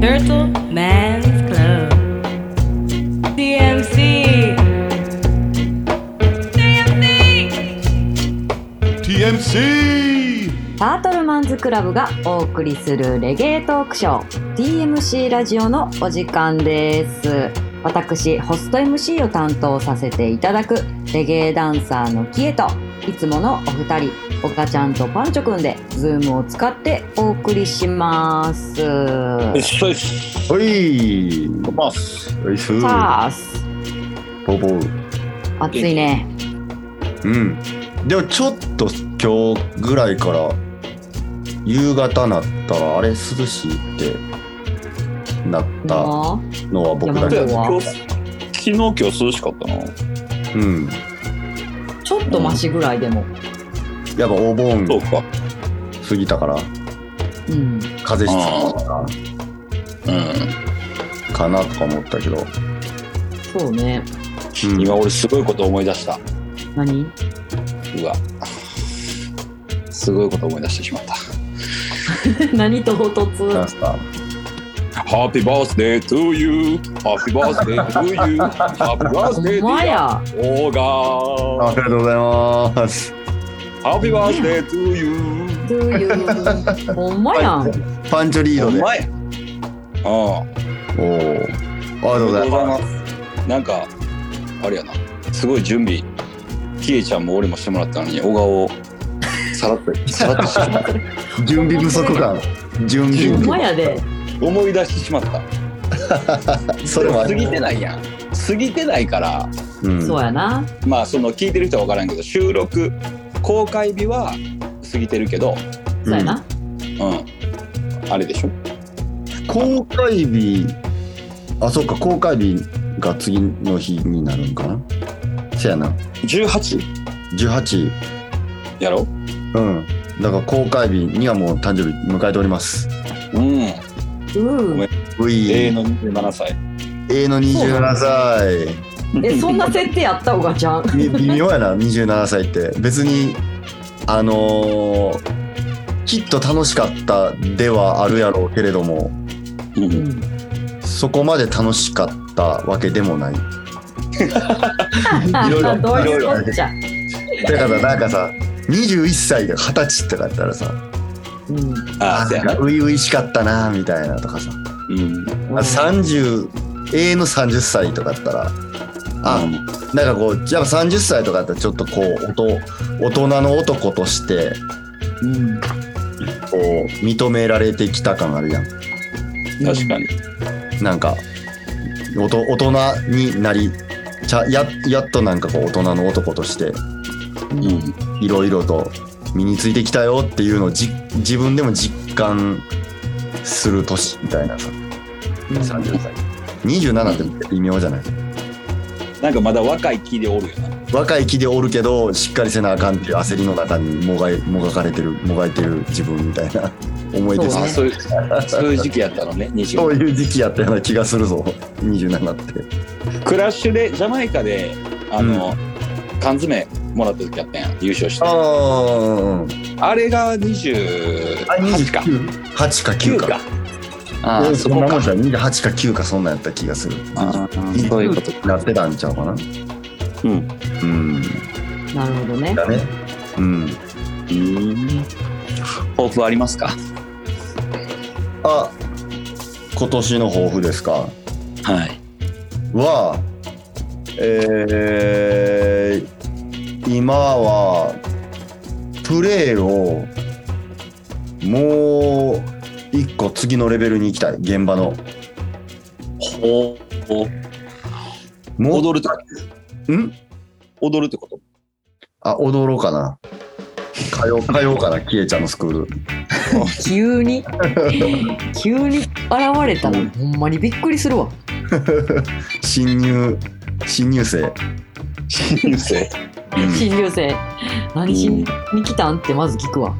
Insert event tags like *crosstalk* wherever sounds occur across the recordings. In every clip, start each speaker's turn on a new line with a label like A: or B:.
A: Turtle Man's Club. DMC. DMC.
B: TMC!
C: タートルマンズクラブがお送りするレゲエトークショー TMC ラジオのお時間です私ホスト MC を担当させていただくレゲエダンサーのキエといつものお二人おかちゃんとパンチョくんでズームを使ってお送りします
D: そうです。
B: おい
D: こんばんす。
B: おいす
C: さあ
B: ボボ
C: 暑いね
B: うんでもちょっと今日ぐらいから夕方なったらあれ涼しいってなった
C: も
B: のは僕だけ
C: 今日
B: ど
C: は
D: 今日、昨日今日涼しかったな。
B: うん
C: うちょっとマシぐらいでも
B: やっぱお盆
D: そうか。
B: 過ぎたから
C: うん
B: 風邪ひいたか
D: う
B: らかなとか思ったけど、
C: そうね
B: うん
D: ん。今俺すごいこと思い出した。
C: 何 *laughs*
D: うわ。すごいこと思い出してしまった。
C: 何唐突
B: なんすか
D: Happy birthday to you.Happy birthday to you.Happy
C: ほ
D: birthday
C: ん
D: to
C: ま
D: you.
C: や
D: オー
B: あ
D: ガ
B: り
D: ー。
B: がとうございます
D: Happy birthday to you.
C: どういうほんまやん
B: パンチョリード
D: お
B: で
D: 前。ああ。
B: おおありがとうございます
D: す。なんか、あれやな、すごい準備、キエちゃんも俺もしてもらったのに、小顔をさらっと、さらっとしてしまっ
C: *laughs*
B: 準備不足感準備
C: ほん
B: 不
C: まやで
D: た。思い出してしまった。
B: 足それもあ
D: 過
B: る
D: ぎてないやん。過ぎてないから、
B: うん
C: そうやな
D: まあ、その聞いてる人は分からんけど、収録、公開日は過ぎてるけど、
C: そうやな、
D: うん。あれでしょ
B: 公開日あそっか公開日が次の日になるんかなせやな
D: ?18
B: 18
D: やろ
B: うんだから公開日にはもう誕生日迎えております
D: うん。
C: うん
D: めん
B: うい
D: A
B: A
D: の27歳。
B: の27歳
C: えそんな設定やったおがちゃん
B: み微妙やな27歳って別にあのー、きっと楽しかったではあるやろうけれども
D: う
C: うんん
B: そこまで楽しかったわけでもない
C: あ
B: いろいろ
C: *laughs* どうい
B: いろいうろ
C: こ
B: あ
C: っ
B: る
C: ちゃ
B: だからなんかさ21歳が20歳とかやったらさ
C: うん
D: ああ、そうやな。
B: 初々しかったなみたいなとかさ、
D: うん。
B: あ30永遠の30歳とかやったらあ、
D: うん
B: なんかこうやっぱ30歳とかやったらちょっとこうおと大人の男として
C: うん
B: こう認められてきた感あるやん
D: 確かに。
B: なんかおと大人になりちゃややっとなんかこう大人の男として
D: うん。
B: いろいろと身についてきたよっていうのをじ自分でも実感する年みたいなさ30歳27って微妙じゃない
D: なんかまだ若い木でおるよな。
B: 若い木でおるけどしっかりせなあかんっていう焦りの中にもがいもがかれてるもがいてる自分みたいな思いです
C: そう
D: あ
C: ね
D: そういうそういう時期やったのね20
B: そういう時期やったような気がするぞ27って
D: クラッシュでジャマイカであの、缶詰もらった時やったんや優勝して
B: あ
D: あ
B: あ
D: れが28か
B: 8か9
D: 9
B: か
D: かあ
B: う
D: あ
B: ん
D: そ
B: そ
D: こ
B: んなも
D: か
B: んじゃん28か9かそんなんやった気がする
D: あーそういうこと
B: なってたんちゃうかな
D: うん
B: うん
C: なるほどね
B: だねうん
D: 抱負ありますか
B: あ今年の抱負ですか
D: はい
B: は、えー今はプレーをもう一個次のレベルに行きたい現場の
D: ほほ
B: もう
D: 踊るってこ
B: ん
D: と踊るってこと
B: あ踊ろうかな通う通うかなキエちゃんのスクール
C: 急に急に現れたらほんまにびっくりするわ
B: 新入新入生
D: 新入生
C: 新入生何しに来たんってまず聞くわ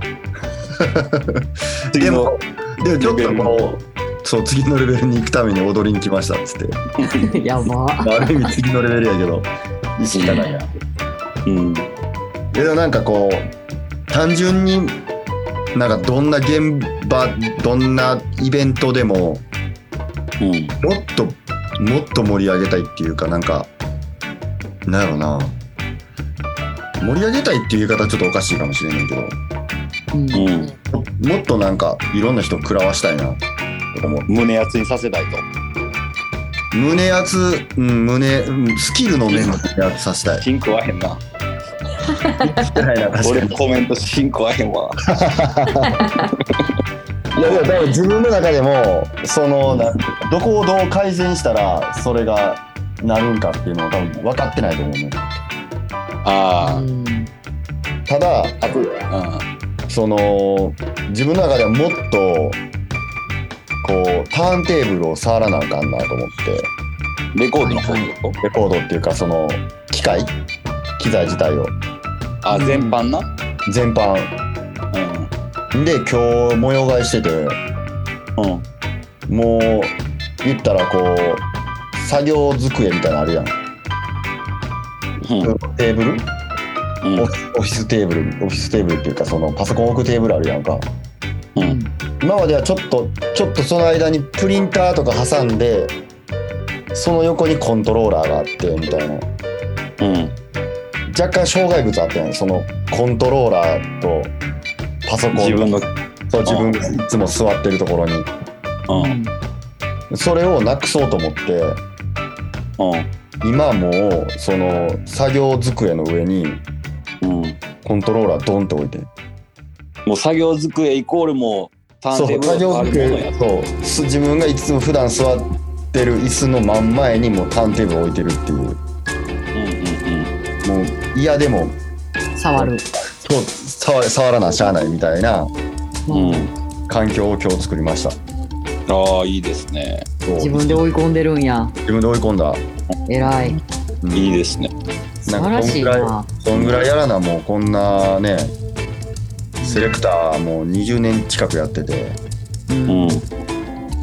B: で
D: 次の
B: もでもちょっとこうそう次のレベルに行くために踊りに来ましたっつって
C: やば
B: ある意味次のレベルやけど意識高いな
D: うん
B: でもなんかこう単純になんかどんな現場どんなイベントでも
D: うん。
B: もっともっと盛り上げたいっていうかなんかなんやろな盛り上げたいっていう言い方はちょっとおかしいかもしれないけど
C: うん
D: うん。
B: ももっとなんかいろんな人を食らわしたいなとか思う
D: 胸熱にさせたいと。
B: 胸圧、うん、胸うんスキルの面の胸圧させたい
D: シンクわへんな。
B: 確か
D: *laughs* 俺
B: に
D: コメントシンクわへん *laughs* わ。
B: いやでもでも自分の中でもそのなどこをどう改善したらそれがなるんかっていうのは多分分かってないと思うね
D: あ
B: ただ
D: あ。あと、う
B: その自分の中ではもっとこうターンテーブルを触らなあかんなと思って
D: ん。レコードの方にと。
B: レコードっていうかその機械機材自体を
D: あ、全般な。
B: 全般
D: う
B: で今日模様替えしてて
D: ん。うん。
B: もう言ったらこう作業机みたいなのあるやん、
D: うん。
B: テーブル
D: うん
B: オフィオフィステーブルオフィステーブルっていうかそのパソコン置くテーブルあるやんか
D: うん。
B: 今まではちょっとちょっとその間にプリンターとか挟んでその横にコントローラーがあってみたいな
D: うん。
B: 若干障害物あったよねそのコントローラーとパソコン
D: 自分の。
B: そう自分がいつも座ってるところに
D: うん。
B: それをなくそうと思って
D: う
B: 今はもうその作業机の上に
D: ん。うん。
B: コントローラードンって置いて
D: もう作業机イコールもう。ター
B: そ
D: ンテー
B: う
D: ブル
B: 作
D: があ
B: 業
D: るもの
B: 机
D: やと。
B: そうす自分がいつも普段座ってる椅子の真ん前にもうターンテーブル置いてるっていうも
D: うん。うん。うん。
B: う嫌でも
C: 触る。
B: そう触触らなしゃあないみたいな
D: うん、
B: 環境を今日作りました
D: ああいいですね
B: そう
C: 自分で追い込んでるんや。
B: 自分で追い込んだ
C: 偉い。
B: うん
D: いいですね
C: 素晴らしい
B: な
C: な。
B: そんぐらいやらなもうこんなねセレクターもう20年近くやってて
D: うん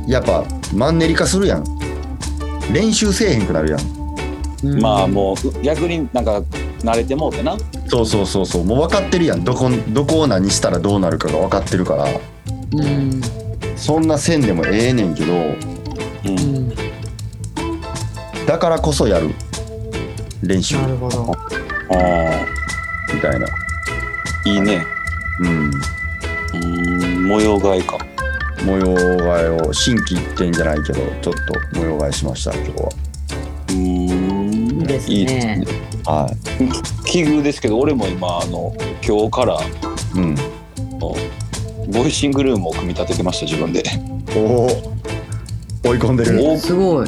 B: やっぱマンネリ化するやん練習せえへんくなるやん
C: うん
D: まあもう逆になんか慣れてもうてな
B: そうそうそうそうもう分かってるやんどこどこを何したらどうなるかが分かってるから
C: うん。
B: そんな線でもええねんけど
D: う
C: うんん。
B: だからこそやる練習
C: なるほど。
D: あ
B: みたいな
D: あいいね
B: うん
D: うーん模様替えか
B: 模様替えを心機一転じゃないけどちょっと模様替えしました今日
D: うーん
C: いいですね
D: いいですね
B: ははい
D: 奇遇ですけど俺も今あの今日から
B: うん
D: ボイシングルームを組み立ててました自分で
B: おお追い込んでる
D: お
C: すごい。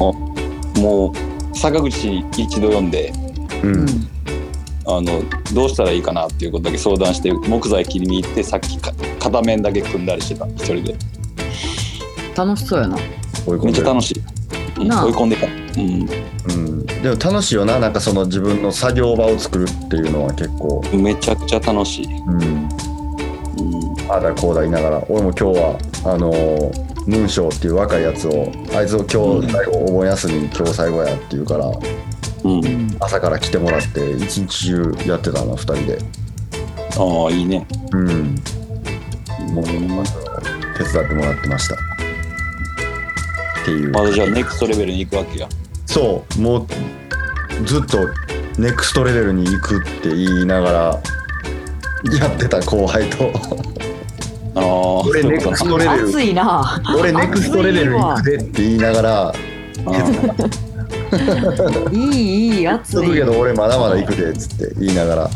D: もう坂口一度読んで
B: うん
C: うん。
D: あのどうしたらいいかなっていうことだけ相談して木材切りに行ってさっきか片面だけ組んだりしてた一人で
C: 楽しそうやな。
B: 追い込
D: め
B: んで
D: っち
B: る
D: ゃ楽しい、うん
C: なあ
D: 追い込んでたうん
B: うんでも楽しいよななんかその自分の作業場を作るっていうのは結構
D: めちゃくちゃ楽しい。
B: うん
D: うん、
B: ああだこうだ言いながら俺も今日はあのームーンショーっていう若いやつをあいつを今
D: うん
B: 日最後お盆休み今日最後やって言うから
D: うん、
B: 朝から来てもらって一日中やってたな2人で
D: ああ、いいね。
B: うん
D: もう
B: 手伝ってもらってましたっていう
D: まだじゃあ、ネクストレベルに行くわけや。
B: そうもうずっとネクストレベルに行くって言いながらやってた後輩と
D: ああ、
B: *laughs* 俺ネクストレベル
C: 熱いな。
B: 俺ネクストレベルに行くでって言いながら
D: うん
C: いいいい
B: 「そ
C: 熱
B: く
C: い
B: け。ど俺まだまだ行くで」っつって言いながら、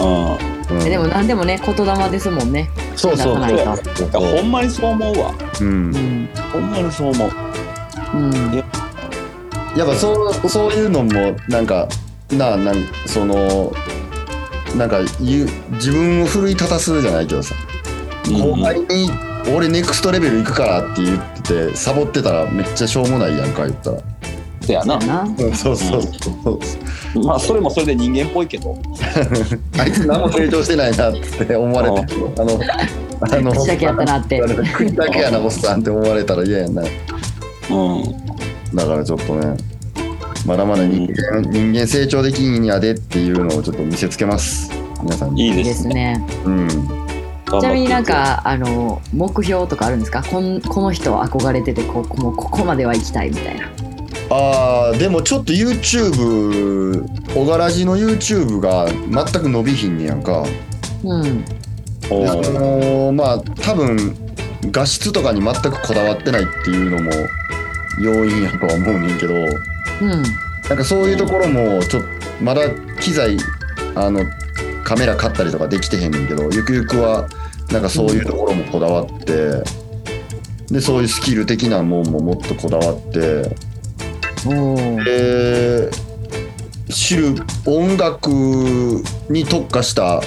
D: うん
B: うん
C: えでも何でもね言霊ですもんね。
B: そうそう
C: 出さない
B: そう
D: いやほんまにそう思うわ。
B: うん
C: うん。
D: ほんまにそう思う。
C: うん。
B: やっぱそうそういうのもなんかなあなんそのなんか言う自分を奮い立たすじゃないけどさ後
D: うん
B: 輩に「俺ネクストレベル行くから」って言っててサボってたらめっちゃしょうもないやんか言ったら
D: せやな。
C: な。
B: そうそうう
D: そ
B: そう
D: まあ、それもそれで人間っぽいけど。
B: あいつ何も成長してないなって思われてあのあの
C: *laughs* 口だけやったなって。
B: 口だけやなおっさんって思われたら嫌やな
D: うん。
B: だからちょっとねまだまだ人間人間成長できんやでっていうのをちょっと見せつけます皆さんに
D: いい
C: いい
D: で
C: ですす
D: ね。
C: ね。
B: うん
D: 頑張って
C: ちなみになんかあの目標とかあるんですかこんこの人は憧れててここもうここまでは行きたいみたいな
B: あーでもちょっと YouTube 小柄じの YouTube が全く伸びひんねやんか
C: うん
D: お
B: でそ
D: ー
B: のまあ多分画質とかに全くこだわってないっていうのも要因やとは思うねんけど
C: うん
B: なんかそういうところもちょっとまだ機材あのカメラ買ったりとかできてへんねんけどゆくゆくはなんかそういうところもこだわってでそういうスキル的なもんももっとこだわって
C: おー
B: えー知る音楽に特化した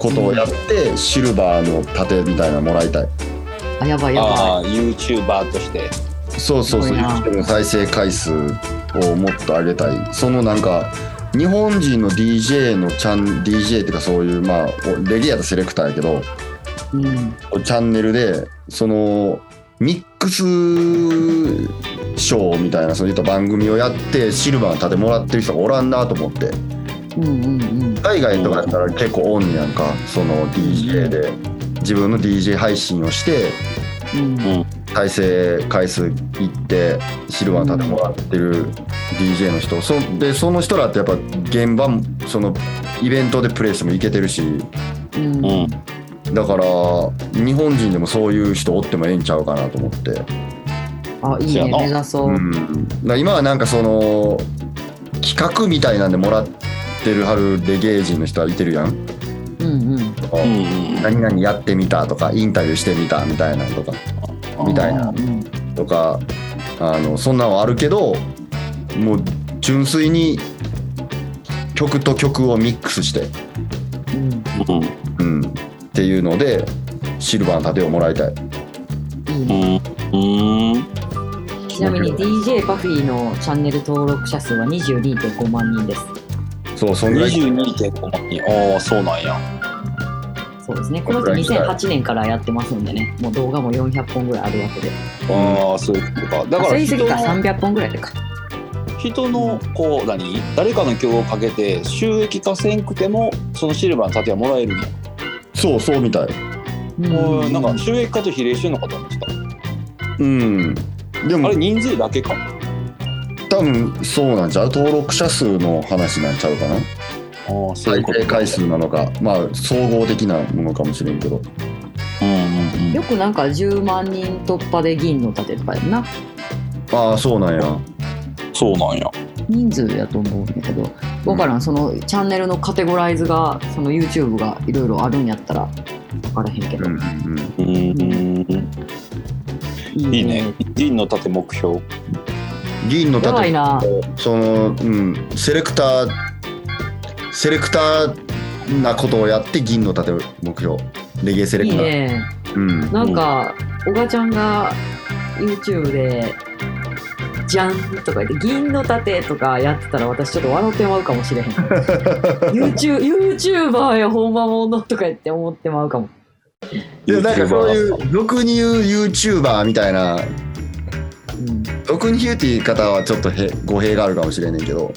B: ことをやって、シルバーの盾みたいなのもらいたい
C: あやばいやば
D: ああ YouTuber として
B: そうそうそう
C: すごいな
B: YouTube の再生回数をもっと上げたいそのなんか日本人の DJ のチャン DJ っていうかそういうまあおレギュラーとセレクターやけど
C: いうん
B: チャンネルでそのミックスショーみたいなそういった番組をやってシルバーの盾もらってる人がおらんなと思って
C: うんうんうん
B: 海外とかやったら結構オンやんかその DJ で自分の DJ 配信をして
C: うん
B: 再生回数いってシルバー立てもらってる DJ の人そでその人らってやっぱ現場もそのイベントでプレイしてもいけてるし
C: うん
D: うん
B: だから日本人でもそういう人おってもええんちゃうかなと思って、
C: あいい
D: そや
C: ね
D: な
C: 目指そうう、
B: ん、だから今はなんかその企画みたいなんでもらってるはるレゲエ人の人はいてるやん
C: うんうん
B: とか
D: うんうん
B: 何々やってみたとかインタビューしてみたみたいなのとかみたいな
C: うんうん
B: とかあのそんなのあるけどもう純粋に曲と曲をミックスして、
C: うん
D: うん
B: うん、っていうのでシルバーの盾をもらいたい
C: いいね
D: うんうん
C: ちなみに DJ パフィーのチャンネル登録者数は22.5万人です。
B: そうそんぐらい
D: 22.5万人ああそうなんや
C: そうですね。この人2008年からやってますんでね、もう動画も400本ぐらいあるわけで。
D: ああそういうことかだから
C: 稼ぎすぎ
D: 人
C: か
D: の
C: 300本ぐらいでか。
D: 人のこう何誰かの曲をかけて収益化せんくてもそのシルバーの盾はもらえるんや、
B: そうそうみたい
D: もうなん
C: う
D: か収益化と比例してんのかと思ってた、
B: うんで
D: あ
B: も
D: れ人数だけかあ
B: 多分そうなんじゃう登録者数の話なんちゃうかな
D: あそうい
B: 再
D: うこと
B: 生回数なのかまあ総合的なものかもしれんけど
D: うんうんうん
C: よくなんか10万人突破で銀の盾とかやんな。
B: ああそうなんや
D: そうなんや
C: 人数やと思うんだけど、わからん、そのチャンネルのカテゴライズが、その YouTube がいろいろあるんやったら、わからへんけ
B: う
C: ど。
B: んうん
D: うんうんいいね。銀の盾目標
B: 銀の
C: やば
B: 盾
C: いな。
B: そのうんセレクターセレクターなことをやって銀の盾を目標レゲエセレ
C: い
B: ク
C: い
B: ター
C: ね。
B: うん
C: なんか、小川ちゃんが YouTube で、じゃんとか言って、銀の盾とかやってたら私ちょっと笑ってまうかもしれへん。YouTube、YouTuber や、ほんまものとか言って思ってまうかも。
B: でなんかそうい
D: YouTuber
B: う俗に言う YouTuber みたいな
C: う
B: 俗に言うって言い方はちょっとへ語弊があるかもしれんねんけど、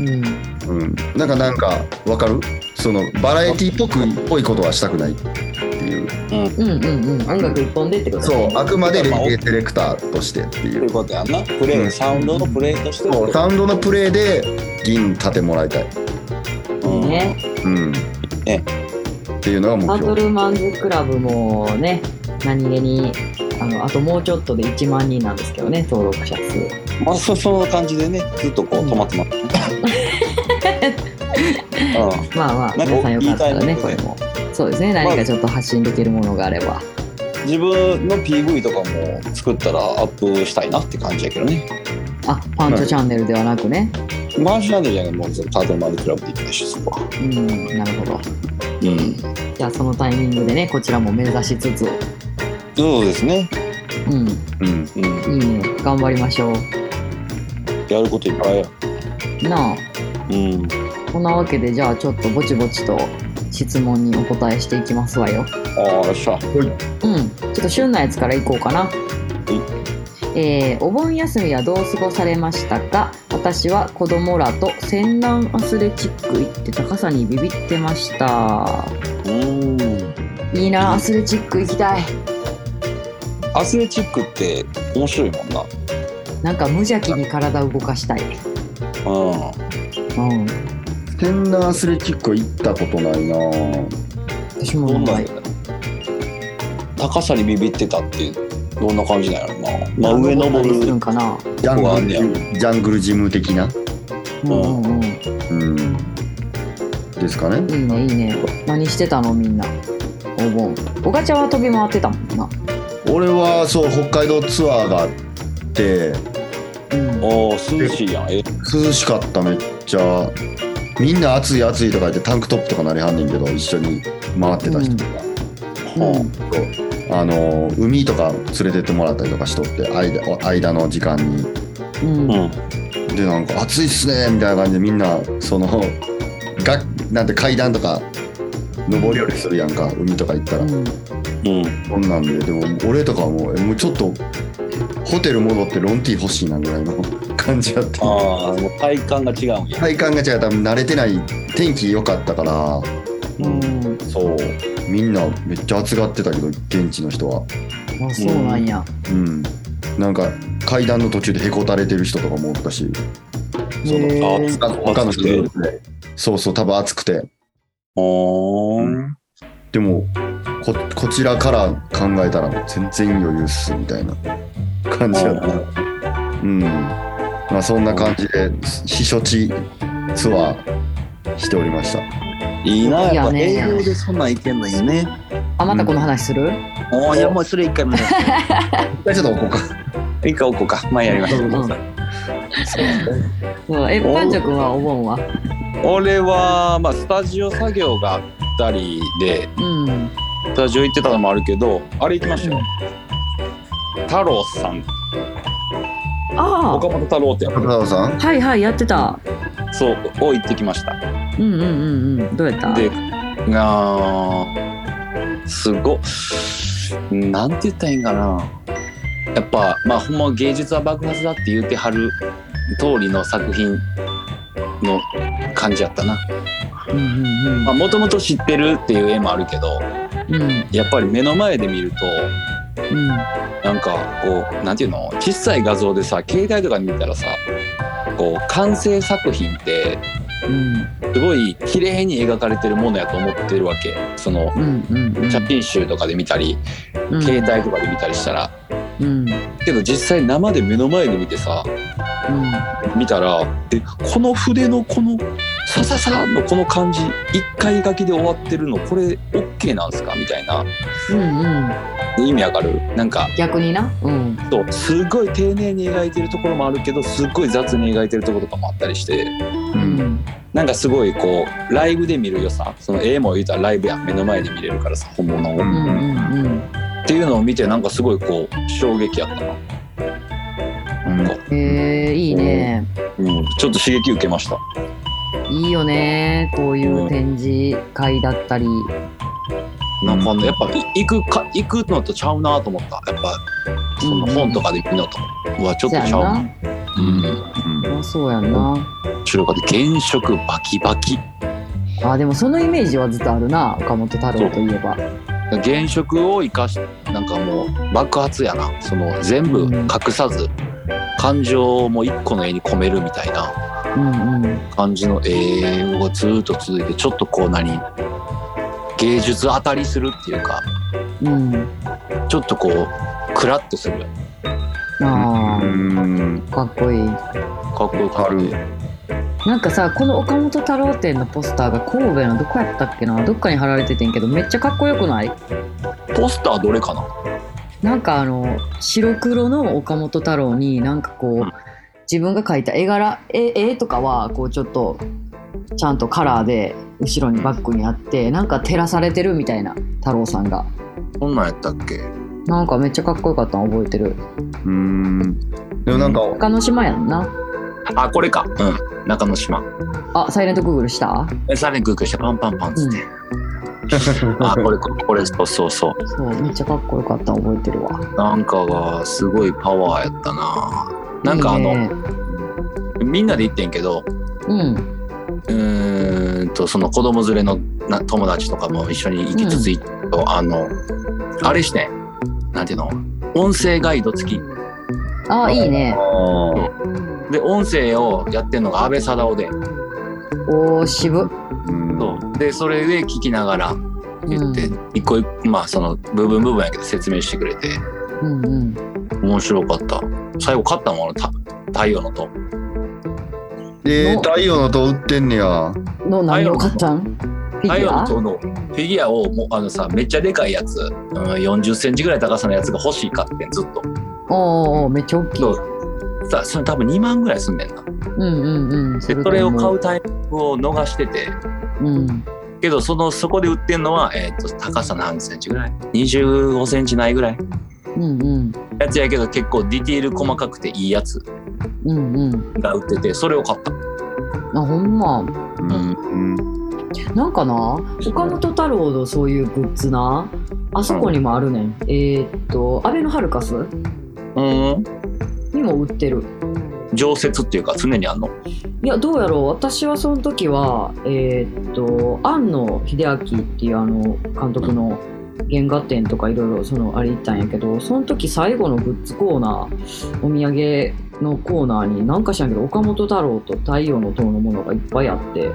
C: ん。うん。
B: うん、なんかなんかわかるそのバラエティっぽくっぽいことはしたくないっていう
C: うんうんうん。音楽一本でってこと
B: そうあくまでレゲエセレクターとしてって
D: と
B: い
D: いううことやんなプレイ、
B: うん
D: サウンドのプレイとして
B: そうサウンドのプレーで銀盾もらいたい、
D: うん
C: いいね。
B: うん、
D: え
B: っていうのが目
C: バ
B: 標
C: トルマンズクラブもね、何気に、あの、あともうちょっとで1万人なんですけどね、登録者数。
D: まあそそんな感じでねずっとこう止まってますうん
C: まあまあ、
D: なんか
C: 皆さんよかったら
D: 言
C: ね、
D: い
C: こ
D: たい
C: れ
D: こ
C: も。そうですね、何かちょっと発信できるものがあれば。
D: 自分の PV とかも作ったらアップしたいなって感じやけどね。
C: あ、パンチョチャンネルではなくね。
D: マージャンでじゃないもうカートルマンクラブで行くでしょ、そこは。
C: うん、なるほど。
D: うん。
C: じゃあそのタイミングでね、こちらも目指しつつ、
D: そうですね。
C: うん、い
B: うん
D: うん。
C: いね、頑張りましょ
D: やることいっぱいや。
C: う。なあ、
D: うん。
C: こんなわけで、じゃあちょっとぼちぼちと質問にお答えしていきますわよ。
D: ああ、よっしゃ。
C: うん、ちょっと旬なやつからいこうかな。えーお盆休みはどう過ごされましたか私は子供らと泉南アスレチック行って高さにビビってました
D: うん。
C: いいなアスレチック行きたい
D: アスレチックって面白いもんな
C: なんか無邪気に体動かしたい
D: うん
C: うん
B: テンダーアスレチックは行ったことないな
C: 私も
D: どんな
C: ない
D: ん高さにビビってたってどんな感じなんやろな、まあ、上登
C: する
D: る
C: んかな
B: ジャン
D: こあんねや
B: グルジャングルジム的な、
C: うんうんうん
B: うん、ですかね
C: いいねいいね何してたのみんなお盆おがちゃんは飛び回ってたもんな
B: 俺はそう北海道ツアーがあって
C: うん
D: おー涼しいやんえ
B: 涼しかっためっちゃみんな暑い暑いとか言ってタンクトップとかなりはんねんけど一緒に回ってた人とか、
C: うん
B: あの海とか連れてってもらったりとかしとって間間の時間に
C: うん
D: うん
B: でなんか「暑いっすね」みたいな感じでみんなそのがなんて階段とか上り下りするやんか海とか行ったら、
C: うん
D: うん
B: そんなんででも俺とかはもうえもうちょっとホテル戻ってロンティー欲しいなぐらいの *laughs* 感じやって
D: ああもう体感が違うんや、
B: 体感が違う多分慣れてない天気良かったから
C: うん
B: そうみんなめっちゃ暑がってたけど現地の人は
C: あそうなんや
B: うんなんか階段の途中でへこたれてる人とかもおったしその
C: へー
D: あ
B: 他他の人よりそうそう多分暑くて
D: おー
B: でもここちらから考えたら全然余裕っすみたいな感じやったうんまあそんな感じで避暑地ツアーしておりました
D: いいなやっぱ
C: いい
E: 営
C: よ
E: 業
C: ね
E: でそんなんいけんのいいね。
C: あまたこの話する、
E: おお、いや、もうそれ一回もやらない。
B: 一回ちょっと置こうか
D: 一回置こうか前やりまし
C: う
D: た
C: んうん、えパンチョ君はお盆は
D: 俺は、まあ、スタジオ作業があったりで
C: うん
D: スタジオ行ってたのもあるけどあれ行きましたよ太郎さん
C: あ
D: 岡本太郎ってや
B: 片田さん
C: あはいはいやってた
D: つそうを行ってきました
C: うんうんうんうんどうやった
D: でがすごなんて言ったらいいんかなやっぱまあほんま芸術は爆発だって言うてはる通りの作品の感じやったな
C: うんうん
D: まあもともと知ってるっていう絵もあるけど
C: うんうん
D: やっぱり目の前で見ると
C: うん
D: なんかこうなんていうの小さい画像でさ携帯とか見たらさこう完成作品って
C: うん
D: すごい綺麗に描かれてるものやと思ってるわけその
C: うんうんうん
D: 写真集とかで見たり
C: うん
D: 携帯とかで見たりしたら、
C: うん
D: けど実際生で目の前で見てさ
C: うん
D: 見たらえこの筆のこのサササのこの感じ一回書きで終わってるのこれ OK なんすかみたいな
C: うんうん
D: 意味わかるなんか
C: 逆になうん
D: そうすごい丁寧に描いてるところもあるけどすっごい雑に描いてるところとかもあったりして
B: う
C: うんん
D: なんかすごいこうライブで見る良さその絵も言うたらライブやん目の前で見れるからさ本物を、
B: う
C: うんん
D: っ
C: うん
D: ていうのを見てなんかすごいこう衝撃やったな、
B: うん
D: なんか
C: うんへえいいね
D: うん、ちょっと刺激受けました
C: いいよねこういう展示会だったり
D: なんかねやっぱ行くか行くのとちゃうなと思ったやっぱその本とかで行くのとはちょっとちゃうなうん
B: うん
C: あそうやんな
D: 白かで原色バキバキ
C: あでもそのイメージはずっとあるな岡本太郎といえば
D: 原色を生かしなんかもう爆発やなその全部隠さず感情も一個の絵に込めるみたいな
C: うんうん
D: 感じの絵がずーっと続いてちょっとこう何芸術当たりするっていうか
C: うん
D: ちょっとこうクラッとする
C: あ
B: う
C: ー
B: ん
C: かっこいい
D: かっこよかった
B: わ
C: なんかさこの岡本太郎展のポスターが神戸のどこやったっけなどっかに貼られててんけどめっちゃかっこよくない
D: ポスターどれかな
C: なんかあの白黒の岡本太郎になんかこう、
D: うん
C: 自分が描いた絵柄絵絵とかはこうちょっとちゃんとカラーで後ろにバックにあってなんか照らされてるみたいな太郎さんが
D: こんなんやったっけ
C: なんかめっちゃかっこよかったの覚えてる
B: うんでもなんか
C: 他の島やんな
D: あ、これか。うん。中之島。
C: あサイレントグーグルした
D: えさらにグーグーしてパンパンパンっつって。
B: *laughs*
D: あ、これ、これ、そうそうそ
C: そうめっちゃかっこよかったの覚えてるわ
D: う。なんかが、すごいパワーやったな。なんかあの、
C: いいね
D: みんなで行ってんけど、
C: うん
D: うーんとその子供連れのな友達とかも一緒に行きつついあのあれしてんなんていうの音声ガイド付き
C: ああ、いいね。
B: あ
D: で音声をやってるのが安倍貞夫で
C: おお、渋っ。
B: ーうん
D: そうでそれで聞きながら言って、
C: う
D: 一個一個まあその部分部分やけど説明してくれて
C: うんうん。
D: 面白かった最後買ったものた太陽の塔
B: えー、太陽の塔売ってんねや。
C: の何を買ったんフィ
D: 太
C: ギュ
D: 陽
C: ア
D: の塔のフィギュアをもうあのさめっちゃでかいやつ、うん、40センチぐらい高さのやつが欲しいかってんずっと
C: おーおー、めっちゃ大きい。
D: そううさそれ多分2万ぐらいすんねんなん
C: うんうん。
D: でそれを買う。タイミングを逃してて
C: うん。
D: けどそのそこで売ってんのは、えー、と高さ何センチぐらい25センチないぐらい
C: うんうん。
D: やつやけど結構ディティール細かくていいやつ
C: うんうん。
D: が売っててそれを買った
C: あ、ほんま。
B: うんうん
C: なんかな岡本太郎のそういうグッズなあそこにもあるねん、えーっとアベノハルカス
D: うん
C: にも売ってる
D: 常設っていうか常にあんの
C: いやどうやろう私はその時はえーっと庵野秀明っていうあの監督の原画展とかいろいろそのあれ行ったんやけどその時最後のグッズコーナーお土産のコーナーに何か知らんけど岡本太郎と太陽の塔のものがいっぱいあって、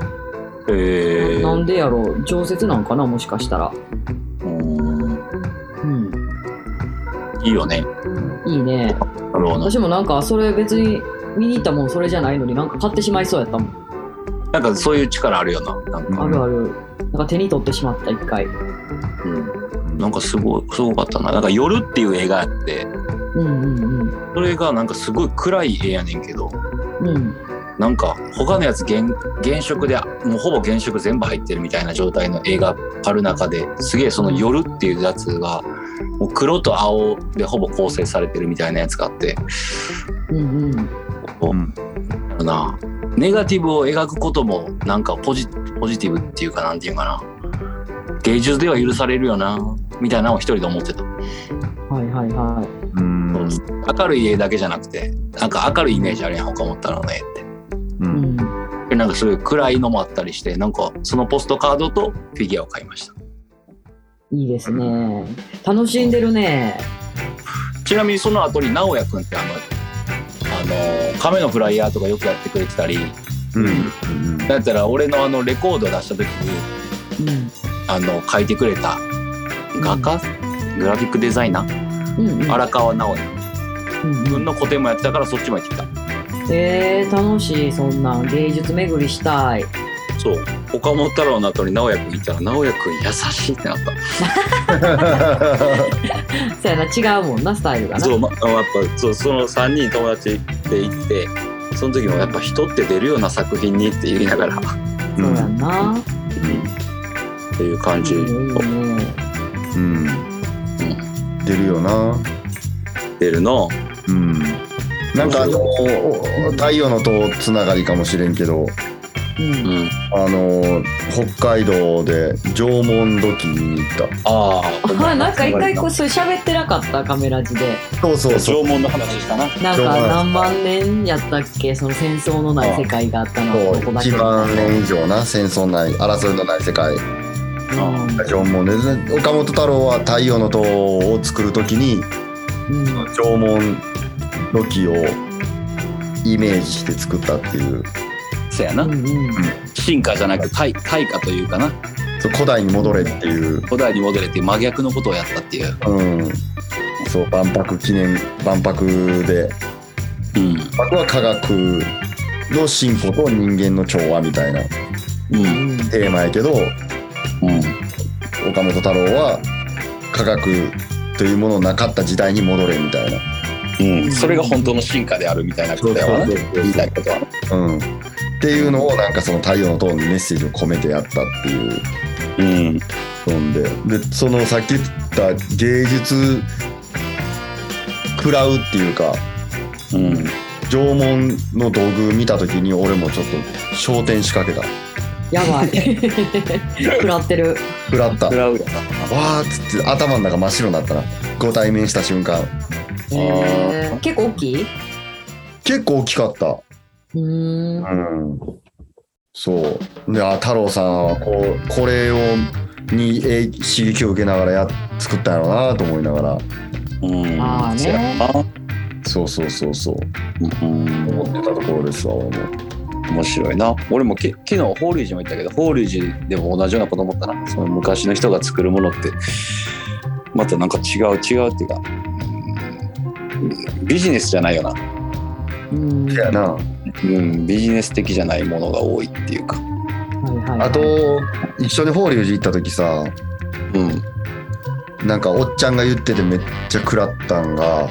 D: へえ
C: なんでやろう常設なんかなもしかしたらうん
D: いいよね
C: いいね
D: なるほど
C: 私もなんかそれ別に見に行ったもんそれじゃないのになんか買ってしまいそうやったもん、
D: なんかそういう力あるよななんか、
C: あるあるなんか手に取ってしまった一回
D: うん、なんかすごいすごかったななんか「夜」っていう映画あって
C: うんうん
D: それがなんかすごい暗い絵やねんけど
C: うんうん
D: なんか他のやつ原原色でもうほぼ原色全部入ってるみたいな状態の映画ある中ですげえその「夜」っていうやつがもう黒と青でほぼ構成されてるみたいなやつがあって
C: うんうん
B: うん
D: なんだろうなネガティブを描くこともなんかポジポジティブっていうかなんていうかな芸術では許されるよなみたいなのを一人で思ってた、
C: はいはいはい
B: うんうん
D: 明るい絵だけじゃなくてなんか明るいイメージあるやん他思ったのねって
B: う
C: うんん
D: でなんかそういう暗いのもあったりしてなんかそのポストカードとフィギュアを買いました
C: いいですね楽しんでるね
D: ちなみにその後に直哉くんってあの、あの、亀のフライヤーとかよくやってくれてたり、
B: *laughs* うん
D: だったら俺のあのレコード出した時に、あの、書いてくれた画家、グラフィックデザイナー、
C: うんうんうん
D: 荒川直哉
C: うんう
D: くん
C: ん
D: の個展もやってたからそっちもやってきた。
C: えー、楽しいそんなん芸術巡りしたい
D: そう。岡本太郎の後に直哉くんいたら、直哉くん優しいってなっ
C: そうやな違うもんなスタイルがな
D: た。そう、ま、あやっぱ、そう、その3人友達で行って、その時もやっぱ人って出るような作品にって言いながら、っ
C: そうやんな、
D: ていう感
C: い
D: じ
C: い。ねいいね
B: うん出るよな
D: 出るの。
B: うんなんかあの太陽の塔つながりかもしれんけど
C: うん
D: ん。
B: あの北海道で縄文土器見に行っ
D: ああ、
C: あなんか一回こうそう喋ってなかったカメラ字で
B: たそうそうそう
D: 縄文の話したな。
C: なんか何万年やったっけその戦争のない世界があったのはここだけ
B: 1万年以上な戦争ない争いのない世界縄文ですね岡本太郎は太陽の塔を作る時に
C: うんうん
B: 縄文土器をイメージして作ったっていう
D: そやな
C: う。んうん
D: 進化じゃなく対対化というかな。
B: そう古代に戻れっていう、
D: 古代に戻れて真逆のことをやったっていう。
B: うん、そう万博記念万博で
D: うん。
B: 万博は科学の進歩と人間の調和みたいな
D: うん。
B: テーマやけど
D: うん。
B: 岡本太郎は科学というものなかった時代に戻れみたいな。
D: うん。それが本当の進化であるみたいなことやわな。
B: そうそうそうそう
D: 言いたいことは。
B: うん、っていうのをなんかその太陽の塔にメッセージを込めてやったっていう
D: うん。
B: のででそのさっき言った芸術食らうっていうか
D: うん。
B: 縄文の道具見た時に俺もちょっと焦点仕掛けた
C: やばい食らってる
B: 食らったわ
D: ラウラ。
B: ーっつって頭の中真っ白になったなご対面した瞬間
C: えー結構大きいう
B: 結構大きかった
C: ーん
B: うんそうであ太郎さんはこうこれをにえい刺激を受けながらや作ったんやろうなと思いながら
D: うん
C: ああ
D: そや
C: ね。
D: な
B: そうそうそうそう
D: うん
B: 思ってたところですわ俺も
D: 面白いな俺もけ昨日法隆寺も行ったけど法隆寺でも同じようなこと思ったなその昔の人が作るものってまたなんか違う違うっていうかうんビジネスじゃないよな、
C: うん。
B: せやな
D: うん、ビジネス的じゃないものが多いっていうか、
C: はいはい
B: あと一緒に法隆寺行った時さ
D: うん
B: なんかおっちゃんが言っててめっちゃ食らったんが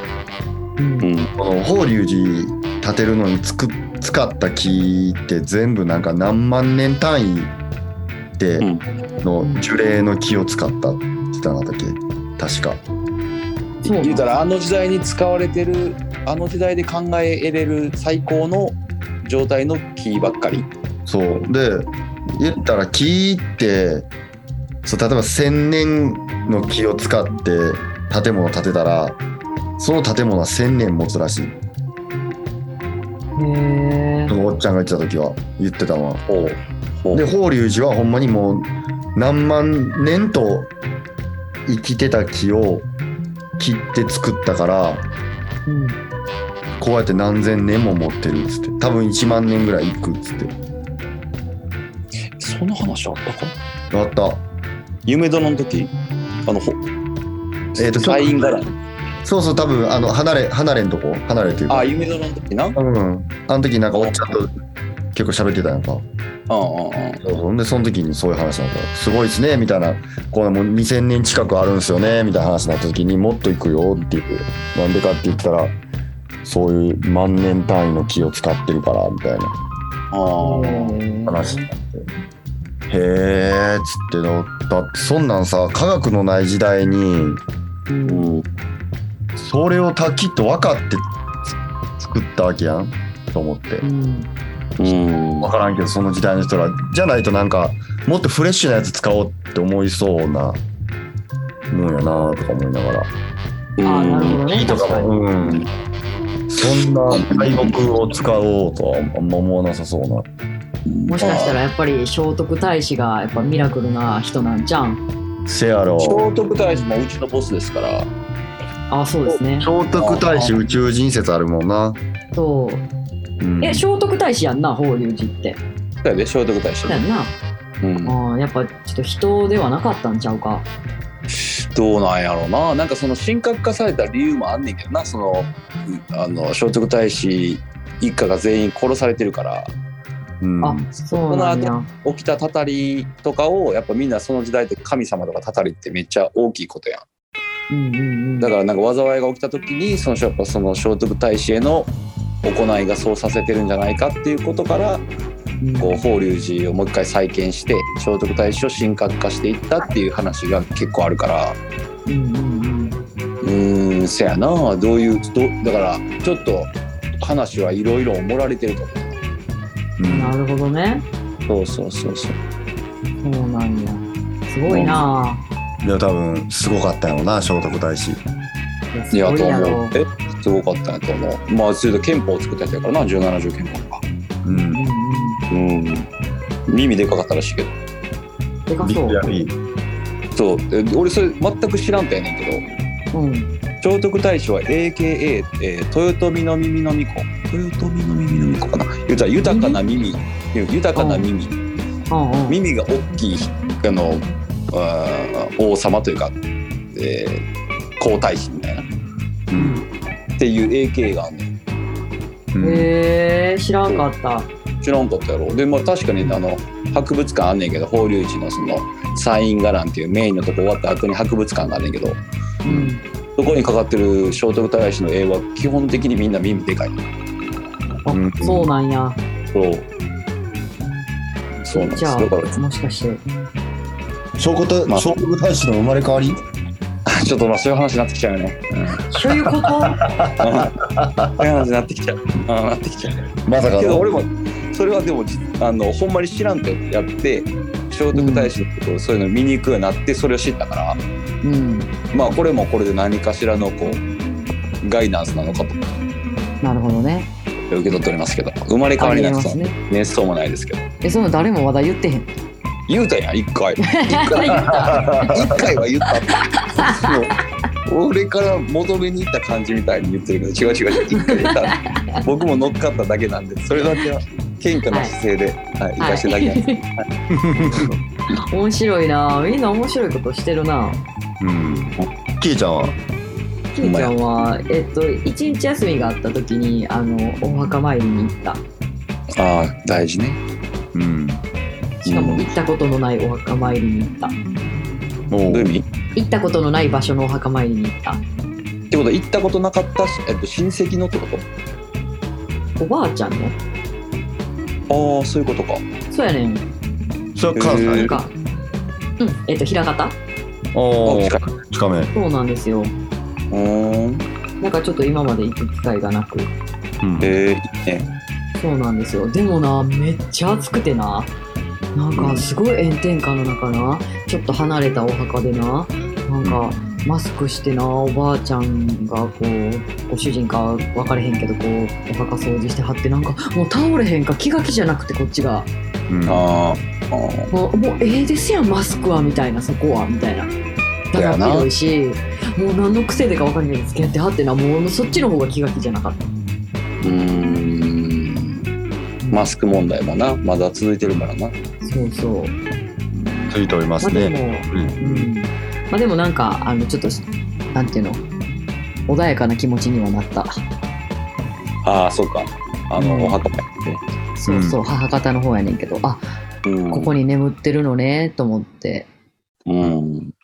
C: うん
D: うん、
B: この法隆寺建てるのにつく使った木って全部なんか何万年単位で
D: うん
B: の樹齢の木を使ったって言ってなかったっけ確か
C: そう
D: 言うたらあの時代に使われてるあの時代で考え得れる最高の状態の木ばっかり
B: そうで言ったら木ってそう例えば1,000年の木を使って建物を建てたらその建物は1,000年持つらしい
C: へえ
B: そ。のおっちゃんが言ってた時は言ってたのは。
D: を
B: で法隆寺はほんまにもう何万年と生きてた木を切って作ったから
C: うん
B: こうやって何千年も持ってるっつって多分1万年ぐらいいくっつって
D: その話あったか
B: あった
D: 夢殿の時あのほ
B: えーとちょっと
D: サイン柄
B: そうそう多分あの離れ離れんとこ離れっていう
D: あ
B: か
D: あ夢殿の時なうんうん
B: うんあの時なんかおっちゃんと結構喋ってたやんか
D: うん
B: そうそうほんでその時にそういう話になったすごいですねみたいなこうもう2000年近くあるんですよねみたいな話になった時にもっといくよっていうなんでかって言ったらそういう万年単位の木を使ってるからみたいな
D: ああ
B: 話になってへえっつってのだってそんなんさ科学のない時代に
D: うん
B: それをたきっと分かって作ったわけやんと思って
C: うん
D: うん
B: 分からんけどその時代の人らじゃないとなんかもっとフレッシュなやつ使おうって思いそうなもんやなとか思いながら
C: ああなるほどね。
B: と
C: 確か
B: か
C: に。
B: もうんそんな大木を使おうとはあんま思わなさそうな
C: もしかしたらやっぱり聖徳太子がやっぱミラクルな人なんじゃん。
B: せやろ
D: 聖徳太子もうちのボスですから
C: あそうですね
B: 聖。徳太子宇宙人説あるもんな、
C: そう。
B: うん
C: え聖徳太子やんな法隆寺って。
D: だよね聖徳太子
C: そうやんな。
D: うん
C: あーやっぱちょっと人ではなかったんちゃうか。
D: どうなんやろうななんかその神格化された理由もあんねんけどなそのうあの聖徳太子一家が全員殺されてるから
B: うん
C: あそうなんや。
D: 起きたたたりとかをやっぱみんなその時代って神様とかたたりってめっちゃ大きいことや
C: うんうんうん。
D: んだからなんか災いが起きた時にそのやっぱその聖徳太子への行いがそうさせてるんじゃないかっていうことから
C: うん
D: こう法隆寺をもう一回再建して聖徳太子を神格化していったっていう話が結構あるから。
C: うんうん
D: うーんせやなどういうどだからちょっと話はいろいろ盛られてると思
B: う
C: うん。
B: ん
C: なるほどね。
D: うそうそうそうそ
C: そ
D: う
C: うなんや。すごいない
B: や多分すごかったよな聖徳太子
C: ぁ。
D: い
C: す
D: や
C: ごい
D: と
C: やろ
D: 思う。えすごかったなと思うまあそれと憲法を作ったやつやからな17条憲法とか
B: う
C: うんん
D: うん耳でかかったらしいけど
C: うん。でか
B: ビ
C: そ
B: ッグや
C: う。
B: り
D: そうえ俺それ全く知らんとやねんけど
C: うん。
D: 聖徳太子は AKA、えー豊臣の耳の巫女豊臣の耳の巫女かな言うたら豊かな耳豊かな耳
C: うんうん。
D: 耳が大きいあのあー王様というか、えー皇太子みたいな
B: うん
D: っていう AK があんねん
B: うん
C: へえ知らんかった。
D: 知らんかったやろでまあ確かにあの博物館あんねんけど法隆寺のそのサイン伽藍っていうメインのとこ終わった後に博物館があんねんけど
C: うん。
D: そこにかかってる聖徳太子の絵は基本的にみんな耳でかい
C: あ
B: うん
C: そうなんや。
D: そうそうなんです
C: じゃ *laughs*
D: だから
C: あもしかして。
B: 聖徳太
D: まあ
B: 聖徳太子の生まれ変わり
D: ちょっとまあそういう話になってきちゃうよね、うん
C: そういうこと
D: *laughs* そういう話になってきちゃう、うん、なってきちゃう
B: まさか
D: けど
B: の
D: 俺もそれはでもじあのほんまに知らんとやって聖徳太子のことをそういうの見に行くようになってそれを知ったから、
C: うん。
D: まあこれもこれで何かしらのこうガイダンスなのかと
C: なるほどね。
D: 受け取っておりますけど生まれ変わりなくて
C: ね。
D: めっそうもないですけど
C: え、その誰もまだ言ってへん。
D: 言うたやん一回一回一回は言ったってもう俺から求めに行った感じみたいに言ってるけど違う違う違う一回言った僕も乗っかっただけなんでそれだけは謙虚な姿勢で、はい行かしていただきます、
C: 面白いな。みんな面白いことしてるな。
B: うん。キイちゃんは
C: きーちゃんは、えっと、一日休みがあった時に、あの、お墓参りに行った。
D: ああ大事ね
B: うん。
C: しかも行ったことのないお墓参りに行った。
B: お
D: どういう
B: う
D: 意味
C: 行ったことのない場所のお墓参りに行った。
D: ってことは行ったことなかったし、えっと、親戚のってこと
C: おばあちゃんの
D: ああそういうことか
C: そうやねん。
B: それは関
D: え
C: なん
B: 西
D: ー
C: か、うん、えっと、平方
B: お
D: あ
B: ー
D: 近い
B: 近め。
C: そうなんですよ。
D: うーん
C: なんかちょっと今まで行く機会がなく。
B: うん
D: えー、いいね
C: そうなんですよ。でもな、めっちゃ暑くてな。なんかすごい炎天下の中な、ちょっと離れたお墓でな、なんかマスクしてな、おばあちゃんがこう、ご主人か分かれへんけど、こう、お墓掃除してはって、なんかもう倒れへんか、気が気じゃなくてこっちが。
B: うん
D: あーあー
C: もうもうええですやんマスクはみたいなそこはみたいなだか
D: だよ
C: ら
D: な
C: 広いしもう何の癖でか分かんないですけどってはってなもうそっちの方が気が気じゃなかった
D: うーんマスク問題もなまだ続いてるからな
C: そうそう
B: ついておりま
C: ますあで
B: ね。
C: も、
B: うん
C: うん、まあでもなんかあのちょっとなんていうの穏やかな気持ちにはなった
D: ああそうかあ
C: うん
D: のお墓参
C: そうそう、母方の方やねんけどあ
D: りねうん
C: ここに眠ってるのねと思って
D: うん